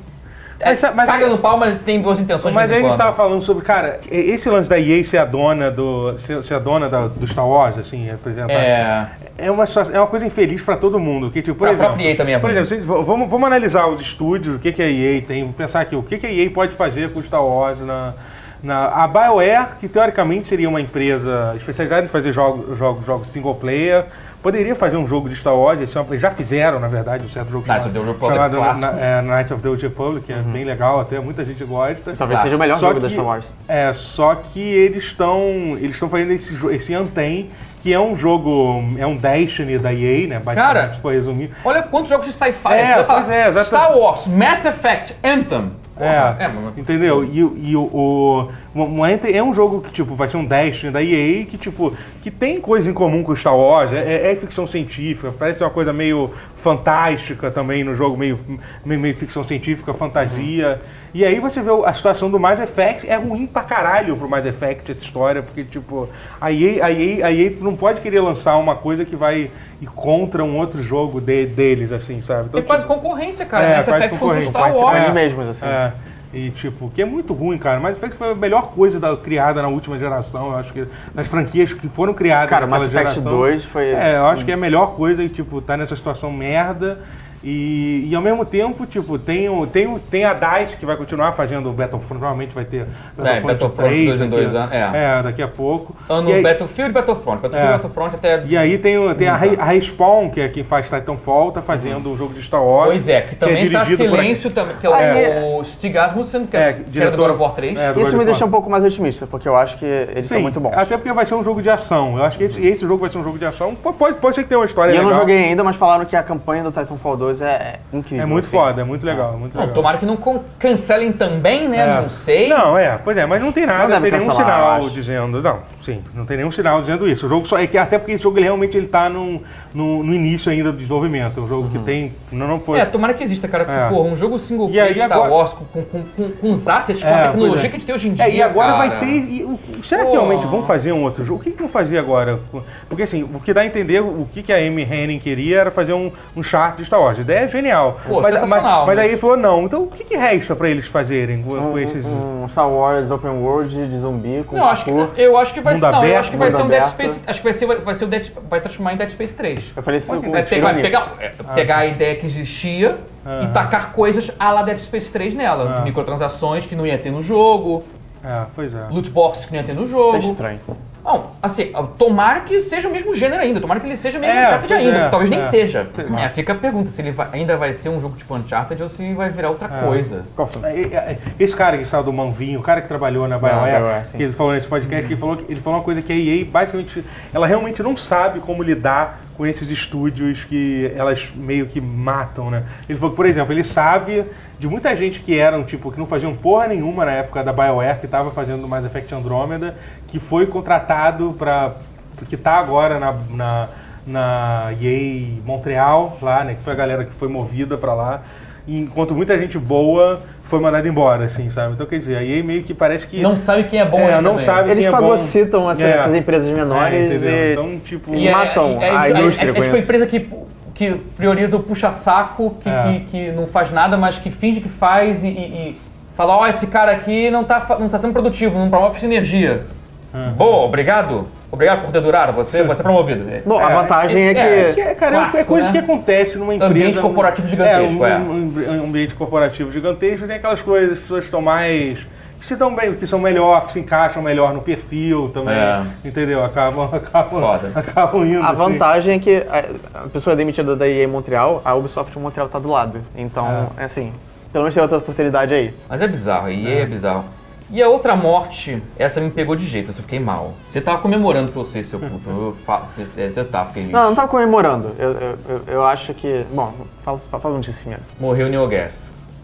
Speaker 2: é,
Speaker 1: Mas sa- mas
Speaker 2: caga
Speaker 1: aí-
Speaker 2: no pau, mas tem boas intenções
Speaker 1: Mas
Speaker 2: de
Speaker 1: aí a
Speaker 2: vez em
Speaker 1: gente
Speaker 2: quando.
Speaker 1: tava falando sobre, cara, esse lance da EA ser a dona do. ser, ser a dona da- do Star Wars, assim, representar.
Speaker 2: É,
Speaker 1: É uma, situação- é uma coisa infeliz pra todo mundo. Que, tipo, por
Speaker 2: Pra
Speaker 1: exemplo,
Speaker 2: própria EA também é
Speaker 1: por
Speaker 2: ruim.
Speaker 1: exemplo se- v- vamos, vamos analisar os estúdios, o que, que a EA tem, pensar aqui, o que, que a EA pode fazer com o Star Wars na. na- a BioWare, que teoricamente seria uma empresa especializada em fazer jogos jogos jogos single player, poderia fazer um jogo de Star Wars, eles são- eles já fizeram, na verdade, um certo jogo
Speaker 2: Knights of the Old Republic clássico. Uhum.
Speaker 1: na- é, Knights of the Old Republic, que é bem legal até, muita gente gosta.
Speaker 3: Talvez
Speaker 2: Tá.
Speaker 3: seja o melhor
Speaker 1: Só
Speaker 3: jogo da
Speaker 1: que-
Speaker 3: Star Wars.
Speaker 1: É, só que eles estão eles estão fazendo esse jo- esse Anten, que é um jogo, é um Destiny da EA, né? Basicamente
Speaker 2: Cara,
Speaker 1: foi resumido.
Speaker 2: olha quantos jogos de sci-fi,
Speaker 1: É,
Speaker 2: você vai
Speaker 1: pois
Speaker 2: falar,
Speaker 1: é, exatamente.
Speaker 2: Star Wars, Mass Effect, Anthem. Porra,
Speaker 1: É,
Speaker 2: mano.
Speaker 1: entendeu? E, o- e o, o, o Anten é um jogo que, tipo, vai ser um Destiny da EA que, tipo, que tem coisa em comum com Star Wars, é, é- é ficção científica, parece uma coisa meio fantástica também no jogo, meio, meio, meio ficção científica, fantasia.
Speaker 2: Uhum.
Speaker 1: E aí você vê o- a situação do Mass Effect, é ruim pra caralho pro Mass Effect essa história, porque, tipo, a EA, a EA, a EA não pode querer lançar uma coisa que vai ir contra um outro jogo de- deles, assim, sabe? Então,
Speaker 2: Tem é quase
Speaker 1: tipo,
Speaker 2: concorrência, cara,
Speaker 1: É,
Speaker 2: Mass
Speaker 1: quase
Speaker 2: Effect contra o
Speaker 1: concorrência,
Speaker 2: Star
Speaker 3: quase-
Speaker 2: Wars.
Speaker 3: Eles mesmos, assim.
Speaker 1: é. E tipo, que é muito ruim, cara. Mas Effect foi a melhor coisa da- criada na última geração, eu acho que. Das franquias que foram criadas
Speaker 3: Cara,
Speaker 1: naquela
Speaker 3: Mass Effect
Speaker 1: geração.
Speaker 3: 2 foi- um
Speaker 1: É, eu acho que é a melhor coisa e, tipo, tá nessa situação merda. E, e ao mesmo tempo, tipo, tem, o, tem, o, tem a DICE que vai continuar fazendo o Battlefront, provavelmente vai ter
Speaker 2: É, Battlefront dois em dois anos, é. Então,
Speaker 1: é. daqui a pouco.
Speaker 2: Ano
Speaker 1: E aí-
Speaker 2: Battlefield e Battlefront. Battlefield e
Speaker 1: É.
Speaker 2: Battlefront até.
Speaker 1: e aí tem, o- tem
Speaker 2: Uhum.
Speaker 1: a, Re- a Respawn, que é quem faz Titanfall, tá fazendo o jogo de Star Wars.
Speaker 2: Pois é, que também tá
Speaker 1: dirigido por-
Speaker 2: silêncio também, que é o,
Speaker 3: Aí-
Speaker 2: o Stig Asmussen, que,
Speaker 1: É,
Speaker 2: é, que era do God of War 3.
Speaker 1: é, do God
Speaker 3: Isso me
Speaker 1: of
Speaker 3: deixa
Speaker 1: War.
Speaker 3: um pouco mais otimista, porque eu acho que eles são
Speaker 1: Sim,
Speaker 3: muito bons.
Speaker 1: Até porque vai ser um jogo de ação. Eu acho que esse, esse jogo vai ser um jogo de ação. Pô, Pode, pode ser que tenha uma história
Speaker 3: E eu
Speaker 1: legal.
Speaker 3: não joguei ainda, mas falaram que a campanha do Titanfall 2 é é incrível.
Speaker 1: É muito
Speaker 3: assim.
Speaker 1: foda, é muito legal, é muito
Speaker 2: Bom,
Speaker 1: legal.
Speaker 2: tomara que não con- cancelem também, né?
Speaker 1: É.
Speaker 2: Não sei.
Speaker 1: Não, é, pois é, mas não tem nada,
Speaker 3: Não
Speaker 1: não
Speaker 3: deve
Speaker 1: tem nenhum
Speaker 3: cancelar, eu
Speaker 1: sinal
Speaker 3: acho.
Speaker 1: dizendo. Não, sim, não tem nenhum sinal dizendo isso. O jogo só. É que, até porque esse jogo ele realmente ele tá num- no, no início ainda do desenvolvimento. É um jogo que tem. Não, não foi.
Speaker 2: Uhum. É, tomara que exista, cara.
Speaker 1: É.
Speaker 2: Porque, porra, um jogo single
Speaker 1: E
Speaker 2: player
Speaker 1: aí
Speaker 2: de Star
Speaker 1: agora-
Speaker 2: Wars com, com, com, com os assets, com
Speaker 1: É,
Speaker 2: a
Speaker 1: pois
Speaker 2: tecnologia
Speaker 1: é.
Speaker 2: que a gente tem hoje em dia.
Speaker 1: É, e agora
Speaker 2: cara.
Speaker 1: vai ter. e o- o- será que
Speaker 2: Pô.
Speaker 1: realmente vão fazer um outro jogo? O que, que vão fazer agora? Porque assim, o que dá a entender, o que, que a Amy Henning queria era fazer um, um chart de Star Wars. A ideia é genial.
Speaker 2: Pô,
Speaker 1: mas, mas,
Speaker 2: sensacional,
Speaker 1: mas
Speaker 2: né?
Speaker 1: aí ele falou não. Então o que, que resta pra eles fazerem com, com esses.
Speaker 3: Um Star Wars Open World de zumbi com
Speaker 2: Não, eu acho que,
Speaker 3: parkour.
Speaker 2: eu acho que vai
Speaker 1: Mundo
Speaker 2: ser. Não, eu
Speaker 1: aberto,
Speaker 2: acho que vai
Speaker 3: mundo
Speaker 2: ser um Dead
Speaker 3: aberto.
Speaker 2: Space. Acho que vai ser, vai ser o Dead Vai transformar em Dead Space 3.
Speaker 3: Eu falei isso
Speaker 1: Pode
Speaker 3: com
Speaker 2: Vai
Speaker 3: o
Speaker 1: ser.
Speaker 2: pegar,
Speaker 3: Tironi.
Speaker 2: vai pegar, é,
Speaker 1: Ah,
Speaker 2: pegar a ideia que existia e tacar coisas à la Dead Space 3 nela.
Speaker 1: Ah.
Speaker 2: Microtransações que não ia ter no jogo,
Speaker 1: É, pois é.
Speaker 2: loot boxes que não ia ter no jogo.
Speaker 3: Isso é estranho.
Speaker 2: Bom, assim, tomara que seja o mesmo gênero ainda, tomara que ele seja meio
Speaker 1: É,
Speaker 2: Uncharted
Speaker 1: pois
Speaker 2: ainda,
Speaker 1: é,
Speaker 2: que talvez nem
Speaker 1: é.
Speaker 2: seja.
Speaker 1: Sei lá.
Speaker 2: É, fica a pergunta se ele vai- ainda vai ser um jogo tipo Uncharted ou se vai virar outra coisa.
Speaker 3: Qual foi?
Speaker 1: É, é, é, Esse cara que saiu do Manvinho, o cara que trabalhou na
Speaker 3: BioWare,
Speaker 1: BioWare,
Speaker 3: sim.
Speaker 1: que ele falou nesse podcast, que ele falou, que- ele falou uma coisa que a EA basicamente, ela realmente não sabe como lidar com esses estúdios que elas meio que matam, né? Ele falou, que, por exemplo, ele sabe de muita gente que eram, tipo, que não faziam porra nenhuma na época da BioWare, que tava fazendo Mass Effect Andromeda, que foi contratado pra... que tá agora na... na na EA Montreal, lá, né? Que foi a galera que foi movida pra lá. E enquanto muita gente boa foi mandada embora, assim, sabe? Então, quer dizer, a EA meio que parece que...
Speaker 2: Não sabe quem é bom
Speaker 1: É,
Speaker 2: ainda
Speaker 1: não
Speaker 2: também.
Speaker 1: sabe
Speaker 3: Eles
Speaker 1: quem é bom.
Speaker 3: fagocitam essa-
Speaker 1: É.
Speaker 3: essas empresas menores
Speaker 1: entendeu?
Speaker 3: e-
Speaker 1: Então, tipo...
Speaker 3: E matam a indústria
Speaker 2: É,
Speaker 3: com
Speaker 2: tipo a
Speaker 3: isso.
Speaker 2: empresa que, que prioriza o puxa-saco, que,
Speaker 1: É.
Speaker 2: que, que não faz nada, mas que finge que faz e, e, e fala, ó, esse cara aqui não tá, fa- não tá sendo produtivo, não promove sinergia.
Speaker 1: Uhum.
Speaker 2: Boa, obrigado. Obrigado por dedurar, você vai ser promovido. É.
Speaker 3: Bom, a vantagem é
Speaker 2: é,
Speaker 1: Que
Speaker 3: que...
Speaker 1: é, cara, é- é
Speaker 2: Clássico,
Speaker 1: coisa
Speaker 2: né?
Speaker 1: que acontece numa empresa.
Speaker 2: Ambiente corporativo gigantesco,
Speaker 1: é.
Speaker 2: é.
Speaker 1: Um, um- um ambiente corporativo gigantesco tem aquelas coisas, as pessoas estão mais. que se dão bem, que são melhor, que se encaixam melhor no perfil também.
Speaker 2: É.
Speaker 1: Entendeu? Acabam, acabam,
Speaker 2: Foda.
Speaker 1: acabam indo.
Speaker 3: A
Speaker 1: assim.
Speaker 3: vantagem é que a- a pessoa é demitida da EA Montreal, a Ubisoft Montreal é tá do lado. Então, é assim, pelo menos tem outra oportunidade aí.
Speaker 2: Mas é bizarro, a EA é, bizarro. E a outra morte, essa me pegou de jeito, eu fiquei mal. Você tava comemorando que eu sei, seu puto. Eu fa- Você é, você tá feliz.
Speaker 3: Não, eu não tava comemorando. Eu, eu, eu- eu acho que. Bom, fala, fala um notícia primeiro.
Speaker 2: Morreu Neil Gaff.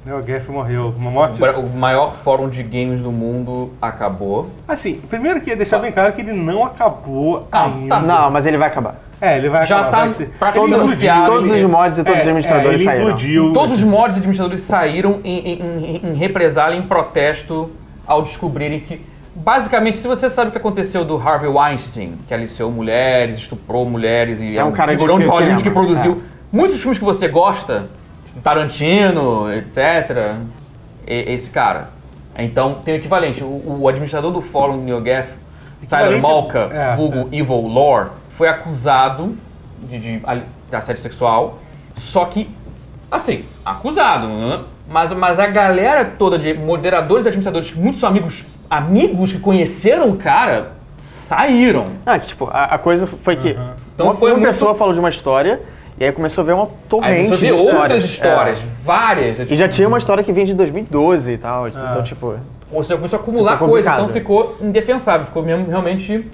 Speaker 1: Neil Gaiff morreu. Uma morte.
Speaker 2: O maior fórum de games do mundo acabou.
Speaker 1: Assim, primeiro que deixar bem claro que ele não acabou
Speaker 2: Ah,
Speaker 1: ainda.
Speaker 3: Não, mas ele vai acabar.
Speaker 1: É, ele vai
Speaker 2: Já
Speaker 1: acabar.
Speaker 2: tá
Speaker 1: vai ser-
Speaker 2: praticamente
Speaker 1: Ele
Speaker 2: anunciado.
Speaker 1: implodiu,
Speaker 3: Todos os mods e todos os
Speaker 1: é,
Speaker 3: administradores
Speaker 1: é, ele
Speaker 3: saíram.
Speaker 1: Implodiu,
Speaker 2: Todos os mods e administradores saíram em, em- em- em represália, em protesto, ao descobrirem que. Basicamente, se você sabe o que aconteceu do Harvey Weinstein, que aliciou mulheres, estuprou mulheres e
Speaker 3: É um cara de
Speaker 2: figurão de,
Speaker 3: filme,
Speaker 2: Hollywood que
Speaker 3: cinema. É.
Speaker 2: produziu muitos filmes que você gosta, tipo Tarantino, etc. e- esse cara. Então tem o equivalente. O, o administrador do fórum NeoGaf, Tyler
Speaker 1: Equivalente-
Speaker 2: Malka,
Speaker 1: é,
Speaker 2: vulgo Evil Lore, foi acusado de, de ali- de assédio sexual, só que, assim, acusado, né? mas, mas a galera toda de moderadores e administradores, muitos amigos, amigos que conheceram o cara, saíram.
Speaker 3: Ah, que, tipo, a, a coisa foi que
Speaker 2: Então
Speaker 3: uma,
Speaker 2: foi
Speaker 3: uma
Speaker 2: muito-
Speaker 3: pessoa falou de uma história e aí começou a ver uma
Speaker 2: Aí
Speaker 3: torrente
Speaker 2: você
Speaker 3: de
Speaker 2: vê
Speaker 3: histórias.
Speaker 2: outras histórias,
Speaker 3: É.
Speaker 2: várias. né?
Speaker 3: E já tinha uma história que vinha de 2012 e
Speaker 2: Ah.
Speaker 3: tal, então tipo...
Speaker 2: Ou seja, começou a acumular
Speaker 3: Ficou
Speaker 2: coisa,
Speaker 3: complicado.
Speaker 2: então ficou indefensável, ficou mesmo realmente.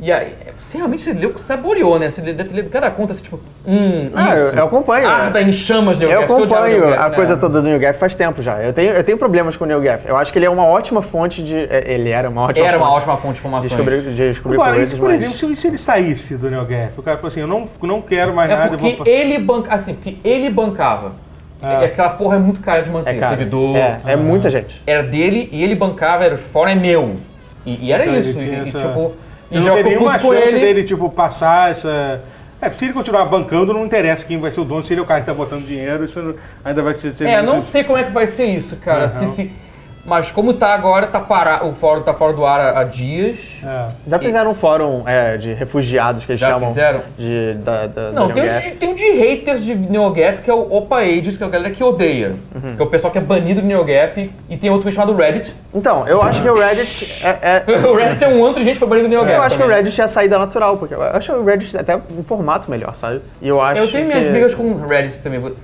Speaker 2: E aí, você realmente se leu, saboreou, né? Você deve ter lido cada conta, assim, tipo, hum,
Speaker 3: Ah, eu,
Speaker 2: isso.
Speaker 3: eu acompanho.
Speaker 2: Arda em chamas, Neil
Speaker 3: Eu
Speaker 2: Gaff, seu diário
Speaker 3: acompanho
Speaker 2: Neil Gaff,
Speaker 3: a
Speaker 2: né?
Speaker 3: coisa toda do Neil Gaff faz tempo já. Eu tenho, eu tenho problemas com o Neil Gaff. Eu acho que ele é uma ótima fonte de... é, Ele era uma ótima
Speaker 2: Era
Speaker 3: fonte
Speaker 2: uma ótima fonte de
Speaker 3: de
Speaker 2: informações. É
Speaker 3: descobrir, de descobrir
Speaker 1: Agora,
Speaker 3: coisas,
Speaker 1: isso, por
Speaker 3: mas...
Speaker 1: exemplo, se, se ele saísse do Neil Gaiff, o cara falou assim, eu não, não quero mais
Speaker 2: É
Speaker 1: nada, eu vou...
Speaker 2: porque
Speaker 1: pra-
Speaker 2: ele banca, assim, porque ele bancava.
Speaker 1: Ah.
Speaker 2: E aquela porra é muito cara de manter,
Speaker 3: é, cara,
Speaker 2: servidor.
Speaker 3: é, é muita gente.
Speaker 2: Era dele e ele bancava, era o fórum é meu. E, e era
Speaker 1: Então, ele
Speaker 2: isso. E,
Speaker 1: tinha
Speaker 2: e,
Speaker 1: essa-
Speaker 2: tipo, e
Speaker 1: Eu não
Speaker 2: já
Speaker 1: teria
Speaker 2: ficou
Speaker 1: nenhuma
Speaker 2: puto com
Speaker 1: chance
Speaker 2: ele.
Speaker 1: dele, tipo, passar essa... É, se ele continuar bancando, não interessa quem vai ser o dono, se ele é o cara que tá botando dinheiro, isso não- ainda vai ser... ser
Speaker 2: É,
Speaker 1: muito- assim.
Speaker 2: não sei como é que vai ser isso, cara. Se-
Speaker 1: Aham.
Speaker 2: se- Mas como tá agora, tá parado, o fórum tá fora do ar há, há dias.
Speaker 1: É.
Speaker 3: Já fizeram um fórum é, de refugiados, que eles
Speaker 2: Já
Speaker 3: chamam
Speaker 2: fizeram?
Speaker 3: de da, da, do
Speaker 2: Não,
Speaker 3: Neil
Speaker 2: tem um,
Speaker 3: Gaff.
Speaker 2: de, tem um de haters de NeoGaf, que é o Opa Ages, que é a galera que odeia.
Speaker 3: Uhum.
Speaker 2: Que é o pessoal que é banido do NeoGaf. E tem outro chamado Reddit.
Speaker 3: Então, eu acho que o Reddit é- é,
Speaker 2: o Reddit é um antro de gente que foi banido do NeoGaf.
Speaker 3: Eu acho que o
Speaker 2: também.
Speaker 3: Reddit é a saída natural, porque eu acho o Reddit até um formato melhor, sabe? E eu acho
Speaker 2: Eu tenho minhas
Speaker 3: que- é-
Speaker 2: brigas com o Reddit também. Eu-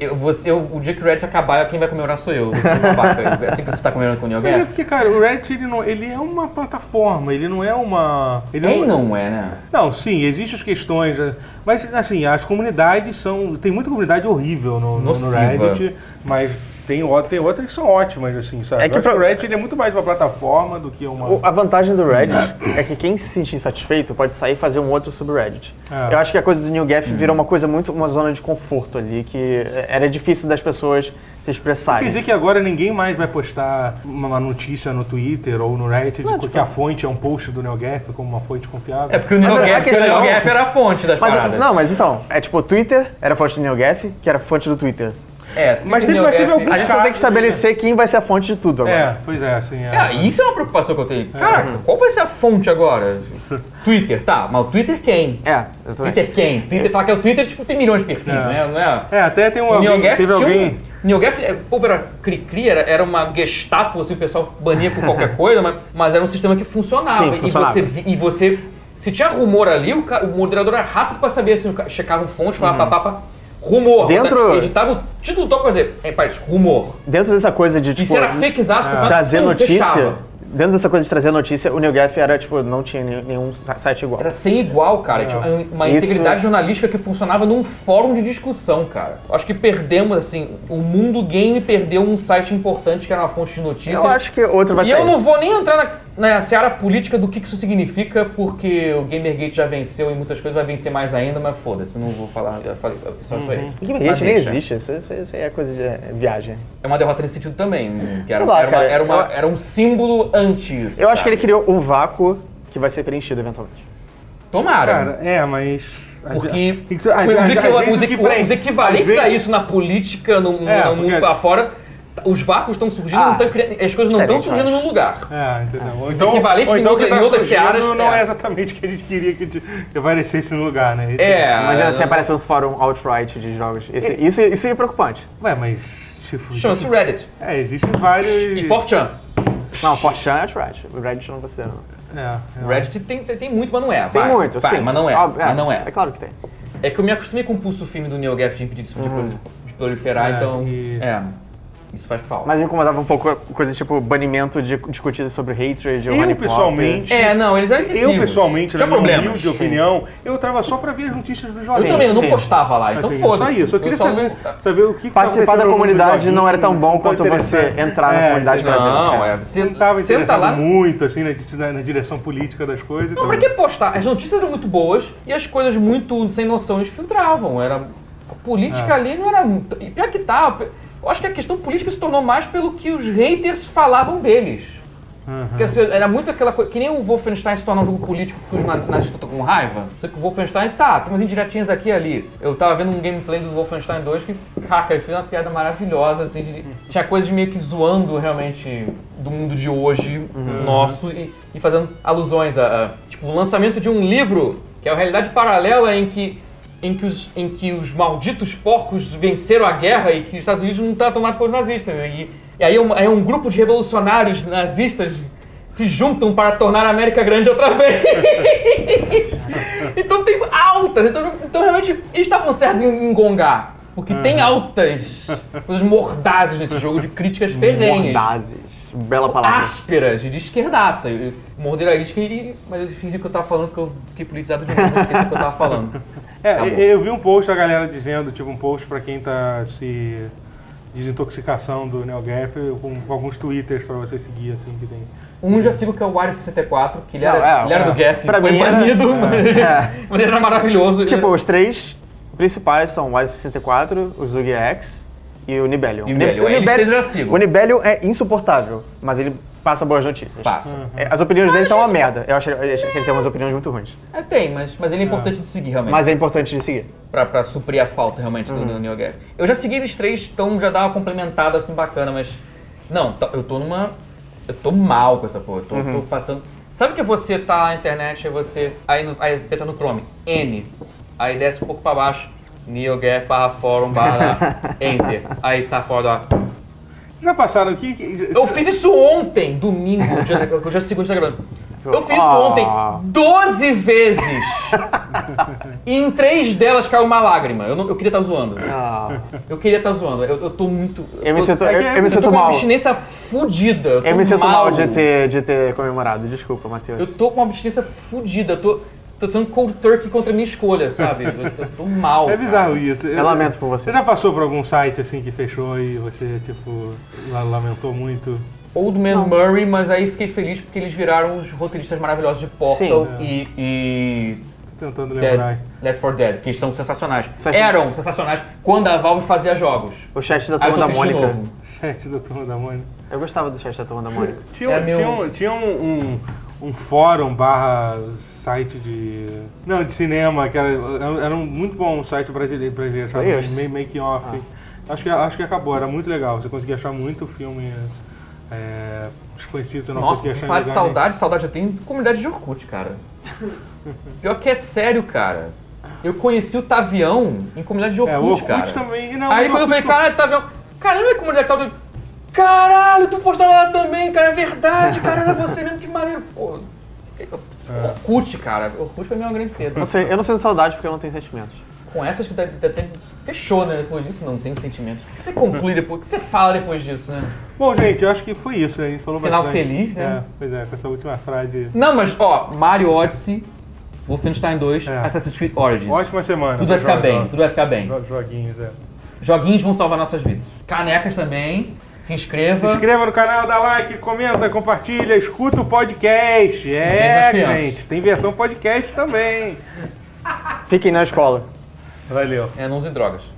Speaker 2: Eu, você, eu- o dia que o Reddit acabar, quem vai comemorar sou eu. Você é um babaca. É assim que você tá comemorando com o
Speaker 1: Mas é
Speaker 2: NeoGaf.
Speaker 1: porque, cara, o Reddit, ele, não, ele é uma plataforma, ele não é uma... Ele
Speaker 2: Quem não é, né?
Speaker 1: Não, sim, existem as questões, né? mas assim, as comunidades são. Tem muita comunidade horrível no, no- no
Speaker 2: Nociva.
Speaker 1: Reddit, mas tem, ó- tem outras que são ótimas, assim, sabe?
Speaker 3: É
Speaker 1: É
Speaker 3: que
Speaker 1: que
Speaker 3: pra-
Speaker 1: o Reddit ele é muito mais uma plataforma do que uma.
Speaker 3: O- a vantagem do Reddit é que quem se sente insatisfeito pode sair e fazer um outro subreddit.
Speaker 1: É.
Speaker 3: Eu acho que a coisa do New Gaff virou uma coisa muito, uma zona de conforto ali, que era difícil das pessoas se
Speaker 1: Quer
Speaker 3: expressarem.
Speaker 1: dizer que agora ninguém mais vai postar uma uma notícia no Twitter ou no Reddit de que a fonte é um post do NeoGaf como uma fonte confiável.
Speaker 2: tipo- É porque o
Speaker 3: Mas a- a
Speaker 2: NeoGaf porque o
Speaker 3: questão-
Speaker 2: NeoGaf era a fonte das
Speaker 3: Mas,
Speaker 2: paradas.
Speaker 3: não, mas então, é tipo, o Twitter era a fonte do New Gaff, que era a fonte do Twitter.
Speaker 2: É,
Speaker 1: Mas
Speaker 2: tem
Speaker 1: sempre
Speaker 2: o
Speaker 1: vai ter
Speaker 2: NeoGaf.
Speaker 1: algum
Speaker 3: A gente só tem que estabelecer quem vai ser a fonte de tudo agora.
Speaker 1: É, pois é, assim. É.
Speaker 2: Ah, isso é uma preocupação que eu tenho. Caraca,
Speaker 3: Uhum.
Speaker 2: qual vai ser a fonte agora? Twitter, tá, mas o Twitter quem?
Speaker 3: É, exatamente.
Speaker 2: Twitter quem? Twitter fala que é o Twitter, tipo, tem milhões de perfis,
Speaker 1: É.
Speaker 2: né? Não é?
Speaker 1: É, até tem um,
Speaker 2: O
Speaker 1: alguém,
Speaker 2: NeoGaf
Speaker 1: teve
Speaker 2: tinha
Speaker 1: alguém.
Speaker 2: Um, NeoGaf, é, o povo era cri-cri, era, era uma gestapo, assim, o pessoal bania por qualquer coisa, mas, mas era um sistema que funcionava.
Speaker 3: Sim,
Speaker 2: E
Speaker 3: funcionava.
Speaker 2: você vi- E você, se tinha rumor ali, o, ca- o moderador era rápido pra saber, assim, o ca- checava fonte, falava pá, pá, pá, rumor.
Speaker 3: Uhum. Dentro-
Speaker 2: né? Editava o título do toque, fazer, é, pai, rumor.
Speaker 3: Dentro dessa coisa de,
Speaker 2: E
Speaker 3: tipo,
Speaker 2: se era fakezaço, é.
Speaker 3: trazer notícia... Dentro dessa coisa de trazer notícia, o New Gaff era, tipo, não tinha nenhum- nenhum site igual.
Speaker 2: Era sem igual, cara. Tinha uma
Speaker 3: Isso-
Speaker 2: integridade jornalística que funcionava num fórum de discussão, cara. Acho que perdemos, assim, o mundo game perdeu um site importante que era uma fonte de notícias.
Speaker 3: Eu acho que outro vai
Speaker 2: e
Speaker 3: sair.
Speaker 2: eu não vou nem entrar na, na seara política do que que isso significa, porque o Gamergate já venceu e muitas coisas vai vencer mais ainda, mas foda-se, não vou falar. Eu falei só isso aí. Mas
Speaker 3: E gente, Uhum. nem
Speaker 2: deixa.
Speaker 3: existe, isso, isso- isso aí é coisa de é, viagem.
Speaker 2: É uma derrota nesse sentido também. Que era,
Speaker 3: Sei lá,
Speaker 2: era uma-
Speaker 3: cara.
Speaker 2: era uma-
Speaker 3: Eu-
Speaker 2: era um símbolo anti isso.
Speaker 3: Eu acho
Speaker 2: sabe?
Speaker 3: que ele criou um vácuo que vai ser preenchido eventualmente.
Speaker 2: Tomara.
Speaker 1: Cara, é, mas.
Speaker 2: Porque
Speaker 1: Tem que ser- às-
Speaker 2: os,
Speaker 1: às- às
Speaker 2: equi-
Speaker 1: vezes
Speaker 2: os
Speaker 1: o que
Speaker 2: equi-
Speaker 1: prende- às
Speaker 2: os equivalentes
Speaker 1: vezes-
Speaker 2: a isso na política, no, no-
Speaker 1: É,
Speaker 2: no mundo
Speaker 1: porque-
Speaker 2: lá fora, t- os vácuos estão surgindo,
Speaker 3: Ah,
Speaker 2: não tão cri- as coisas não estão
Speaker 3: diferente,
Speaker 2: surgindo
Speaker 3: eu
Speaker 2: num lugar.
Speaker 1: É,
Speaker 2: Ah,
Speaker 1: entendeu? Ou
Speaker 2: equivalentes
Speaker 1: ou
Speaker 2: em
Speaker 1: então o que
Speaker 2: outra-
Speaker 1: tá
Speaker 2: em outras
Speaker 1: surgindo
Speaker 2: searas,
Speaker 1: Não
Speaker 2: é.
Speaker 1: é. exatamente o que a gente queria que de- que aparecesse no lugar, né? Esse-
Speaker 2: É.
Speaker 3: Imagina se
Speaker 2: não-
Speaker 3: aparece um fórum outright de jogos. Isso, isso, isso é preocupante.
Speaker 1: Ué, mas. Tipo,
Speaker 2: Chama-se Reddit
Speaker 1: É, existem vários.
Speaker 2: e 4chan.
Speaker 3: Não, Forchan é outright. O Reddit não considera. não.
Speaker 1: É, é.
Speaker 2: Reddit tem, tem, tem muito, mas não é.
Speaker 3: Tem
Speaker 2: vai,
Speaker 3: muito,
Speaker 2: vai,
Speaker 3: sim.
Speaker 2: Mas não é,
Speaker 3: Óbvio,
Speaker 2: mas não é.
Speaker 3: É claro que tem.
Speaker 2: É que eu me acostumei com o pulso firme do NeoGaf de impedir esse tipo de coisa de proliferar,
Speaker 1: Hum. É,
Speaker 2: então...
Speaker 1: e-
Speaker 2: É. Isso faz falta.
Speaker 3: Mas me incomodava um pouco coisas tipo banimento de discutidas sobre hatred ou
Speaker 1: Eu,
Speaker 3: honeypot.
Speaker 1: pessoalmente.
Speaker 2: É, não, eles eram
Speaker 1: Eu,
Speaker 2: excessivos.
Speaker 1: pessoalmente, na
Speaker 2: Tinha
Speaker 1: minha
Speaker 2: problemas.
Speaker 1: humilde opinião, eu entrava só pra ver as notícias dos
Speaker 2: Eu
Speaker 1: joguinhos.
Speaker 2: também, eu não
Speaker 3: sim.
Speaker 2: postava lá, então
Speaker 1: Assim,
Speaker 2: foda-se.
Speaker 1: Só isso, eu queria
Speaker 2: só
Speaker 1: saber,
Speaker 2: não-
Speaker 1: saber o que que tá
Speaker 3: Participar da
Speaker 1: acontecendo no mundo dos
Speaker 3: comunidade não era tão
Speaker 1: joguinhos,
Speaker 3: bom quanto você
Speaker 1: interessante.
Speaker 3: entrar na
Speaker 1: É,
Speaker 3: comunidade pra ver.
Speaker 2: Não,
Speaker 3: É.
Speaker 2: é. Você
Speaker 1: não estava
Speaker 2: senta
Speaker 1: interessado
Speaker 2: lá.
Speaker 1: muito, assim, na, na- na direção política das coisas.
Speaker 2: Não,
Speaker 1: Então...
Speaker 2: pra que postar? As notícias eram muito boas e as coisas muito sem noção eles filtravam. Era... A política ali não era. muito- E pior que tá. Eu acho que a questão política se tornou mais pelo que os haters falavam deles. Porque assim, era muito aquela coisa. Que nem o Wolfenstein se tornar um jogo político porque os na- nazistas estão com raiva. Só que o Wolfenstein tá, tem umas indiretinhas aqui e ali. Eu tava vendo um gameplay do Wolfenstein 2 que, caca, ele fez uma piada maravilhosa, assim, de- tinha coisas meio que zoando realmente do mundo de hoje, nosso, e, e fazendo alusões a, a, Tipo, o lançamento de um livro, que é a realidade paralela em que. Em que, os, em que os malditos porcos venceram a guerra e que os Estados Unidos não estão tomados pelos nazistas. E, e aí, um, aí um grupo de revolucionários nazistas se juntam para tornar a América grande outra vez. então tem altas. Então, então realmente eles estavam certos em engongar. Porque tem altas coisas mordazes nesse jogo de críticas ferrenhas.
Speaker 3: Mordazes. Bela palavra.
Speaker 2: Ásperas, de esquerdaça. Eu- eu Morder a isca e. Mas eu fingi que eu tava falando que eu fiquei politizado de novo, porque que eu tava falando.
Speaker 1: É,
Speaker 2: Tá bom.
Speaker 1: eu, eu vi um post da galera dizendo, tipo, um post pra quem tá se desintoxicação do NeoGaf, com, com alguns twitters pra você seguir, assim, que tem.
Speaker 2: Um já sigo que é o Wario 64, que ele era,
Speaker 3: Não, é,
Speaker 2: ele era
Speaker 3: é.
Speaker 2: do Geff,
Speaker 3: Pra
Speaker 2: foi
Speaker 3: mim era-
Speaker 2: banido, mas,
Speaker 3: É.
Speaker 2: mas ele era maravilhoso.
Speaker 3: Tipo, os três principais são o Wise 64, o Zugia X e o Nibelion.
Speaker 2: E o Nibelio, é, eles três eu já sigo.
Speaker 3: O Nibelion é insuportável, mas ele passa boas notícias.
Speaker 2: Passa.
Speaker 1: Uhum.
Speaker 3: É, As opiniões dele são uma merda. Eu acho, eu acho que ele tem umas opiniões muito ruins.
Speaker 2: É, tem, mas, mas ele é importante de seguir realmente.
Speaker 3: Mas Uhum. é importante de seguir.
Speaker 2: Pra, pra suprir a falta realmente do do NeoGaf. Eu já segui eles três, então já dava uma complementada assim bacana, mas. Não, tá- eu tô numa. Eu tô mal com essa porra. Eu tô,
Speaker 3: Uhum.
Speaker 2: tô passando. Sabe que você tá na internet, aí você. Aí, no, aí tá no Chrome, N. Aí desce um pouco pra baixo, NeoGaf barra fórum barra Enter. Aí tá fora do ar.
Speaker 1: Já passaram aqui. que-
Speaker 2: Eu fiz isso ontem, domingo, dia, eu já segunda está tá gravando. Eu fiz isso
Speaker 3: Ah.
Speaker 2: ontem 12 vezes. e em três delas caiu uma lágrima. Eu, não- eu queria estar zoando.
Speaker 3: Ah,
Speaker 2: Eu queria estar zoando. Eu, eu tô muito.
Speaker 3: eu me sinto,
Speaker 1: é que
Speaker 3: eu,
Speaker 1: é-
Speaker 3: eu
Speaker 1: eu
Speaker 3: me
Speaker 2: eu tô
Speaker 3: sinto
Speaker 2: com uma
Speaker 3: mal.
Speaker 2: abstinência fudida. Eu, tô
Speaker 3: Eu me sinto
Speaker 2: mal
Speaker 3: mal de ter, de ter comemorado. Desculpa, Matheus.
Speaker 2: Eu tô com uma abstinência fudida. Eu tô, tô sendo um cold turkey contra a minha escolha, sabe? Eu, eu tô mal.
Speaker 1: É
Speaker 2: cara.
Speaker 1: bizarro isso.
Speaker 3: Eu lamento por você.
Speaker 1: Você já passou por algum site, assim, que fechou e você, tipo, la- lamentou muito?
Speaker 2: Old Man Murray, mas aí fiquei feliz porque eles viraram os roteiristas maravilhosos de Portal
Speaker 3: Sim.
Speaker 2: e- e
Speaker 1: Tô tentando
Speaker 2: Dead,
Speaker 1: lembrar.
Speaker 2: Left 4 Dead, que são sensacionais.
Speaker 3: Session-
Speaker 2: Eram sensacionais quando a Valve fazia jogos.
Speaker 3: O chat da
Speaker 2: Aí Ah, eu
Speaker 3: Turma
Speaker 2: tô
Speaker 3: da
Speaker 2: triste de
Speaker 3: Mônica.
Speaker 2: novo.
Speaker 1: Chat da Turma da Mônica.
Speaker 3: Eu gostava do chat da Turma da Mônica.
Speaker 1: Tinha,
Speaker 2: É
Speaker 1: um-
Speaker 2: meu-
Speaker 1: tinha um, tinha um, um- um fórum barra site de. Não, de cinema, que era, era um muito bom site brasileiro, brasileiro chamado
Speaker 3: Players?
Speaker 1: Ma-
Speaker 2: ah.
Speaker 1: Make Off. Acho, que, acho que acabou, era muito legal. Você conseguia achar muito filme é, desconhecido, você não
Speaker 2: Nossa,
Speaker 1: conseguia
Speaker 2: se
Speaker 1: achar em
Speaker 2: falar de
Speaker 1: lugar nenhum.
Speaker 2: saudade, saudade eu tenho de comunidade de Orkut, cara. Pior que é sério, cara. Eu conheci o Tavião em comunidade de Orkut,
Speaker 1: É, o Orkut
Speaker 2: cara.
Speaker 1: também. Não,
Speaker 2: Aí
Speaker 1: o
Speaker 2: quando eu
Speaker 1: Orkut
Speaker 2: falei, caralho, Tavião, cara, não é comunidade tal, eu... caralho, tu postava lá também, cara, é verdade, cara, era você mesmo, que maneiro. Pô, eu-
Speaker 1: É.
Speaker 2: Orkut, cara, Orkut foi minha grande perda.
Speaker 3: Não sei, eu não sinto saudade porque eu não tenho sentimentos.
Speaker 2: Com essa, acho que até, até fechou, né? Depois disso, não tem sentimentos. O que você conclui depois? O que você fala depois disso, né?
Speaker 1: Bom, gente, eu acho que foi isso. A gente falou
Speaker 2: Final
Speaker 1: bastante.
Speaker 2: feliz, né?
Speaker 1: É, pois é, com essa última frase.
Speaker 2: Não, mas, ó, Mario Odyssey, Wolfenstein 2,
Speaker 1: É.
Speaker 2: Assassin's Creed Origins.
Speaker 1: Ótima semana.
Speaker 2: Tudo vai ficar
Speaker 1: Jogos-
Speaker 2: bem, tudo vai ficar bem.
Speaker 1: jogos- Joguinhos, é.
Speaker 2: Joguinhos vão salvar nossas vidas. Canecas também. Se inscreva.
Speaker 1: Se inscreva no canal, dá like, comenta, compartilha, escuta o podcast.
Speaker 2: Tem
Speaker 1: É,
Speaker 2: as crianças.
Speaker 1: gente, tem versão podcast também.
Speaker 3: Fiquem na escola.
Speaker 1: Valeu.
Speaker 2: É, não use drogas.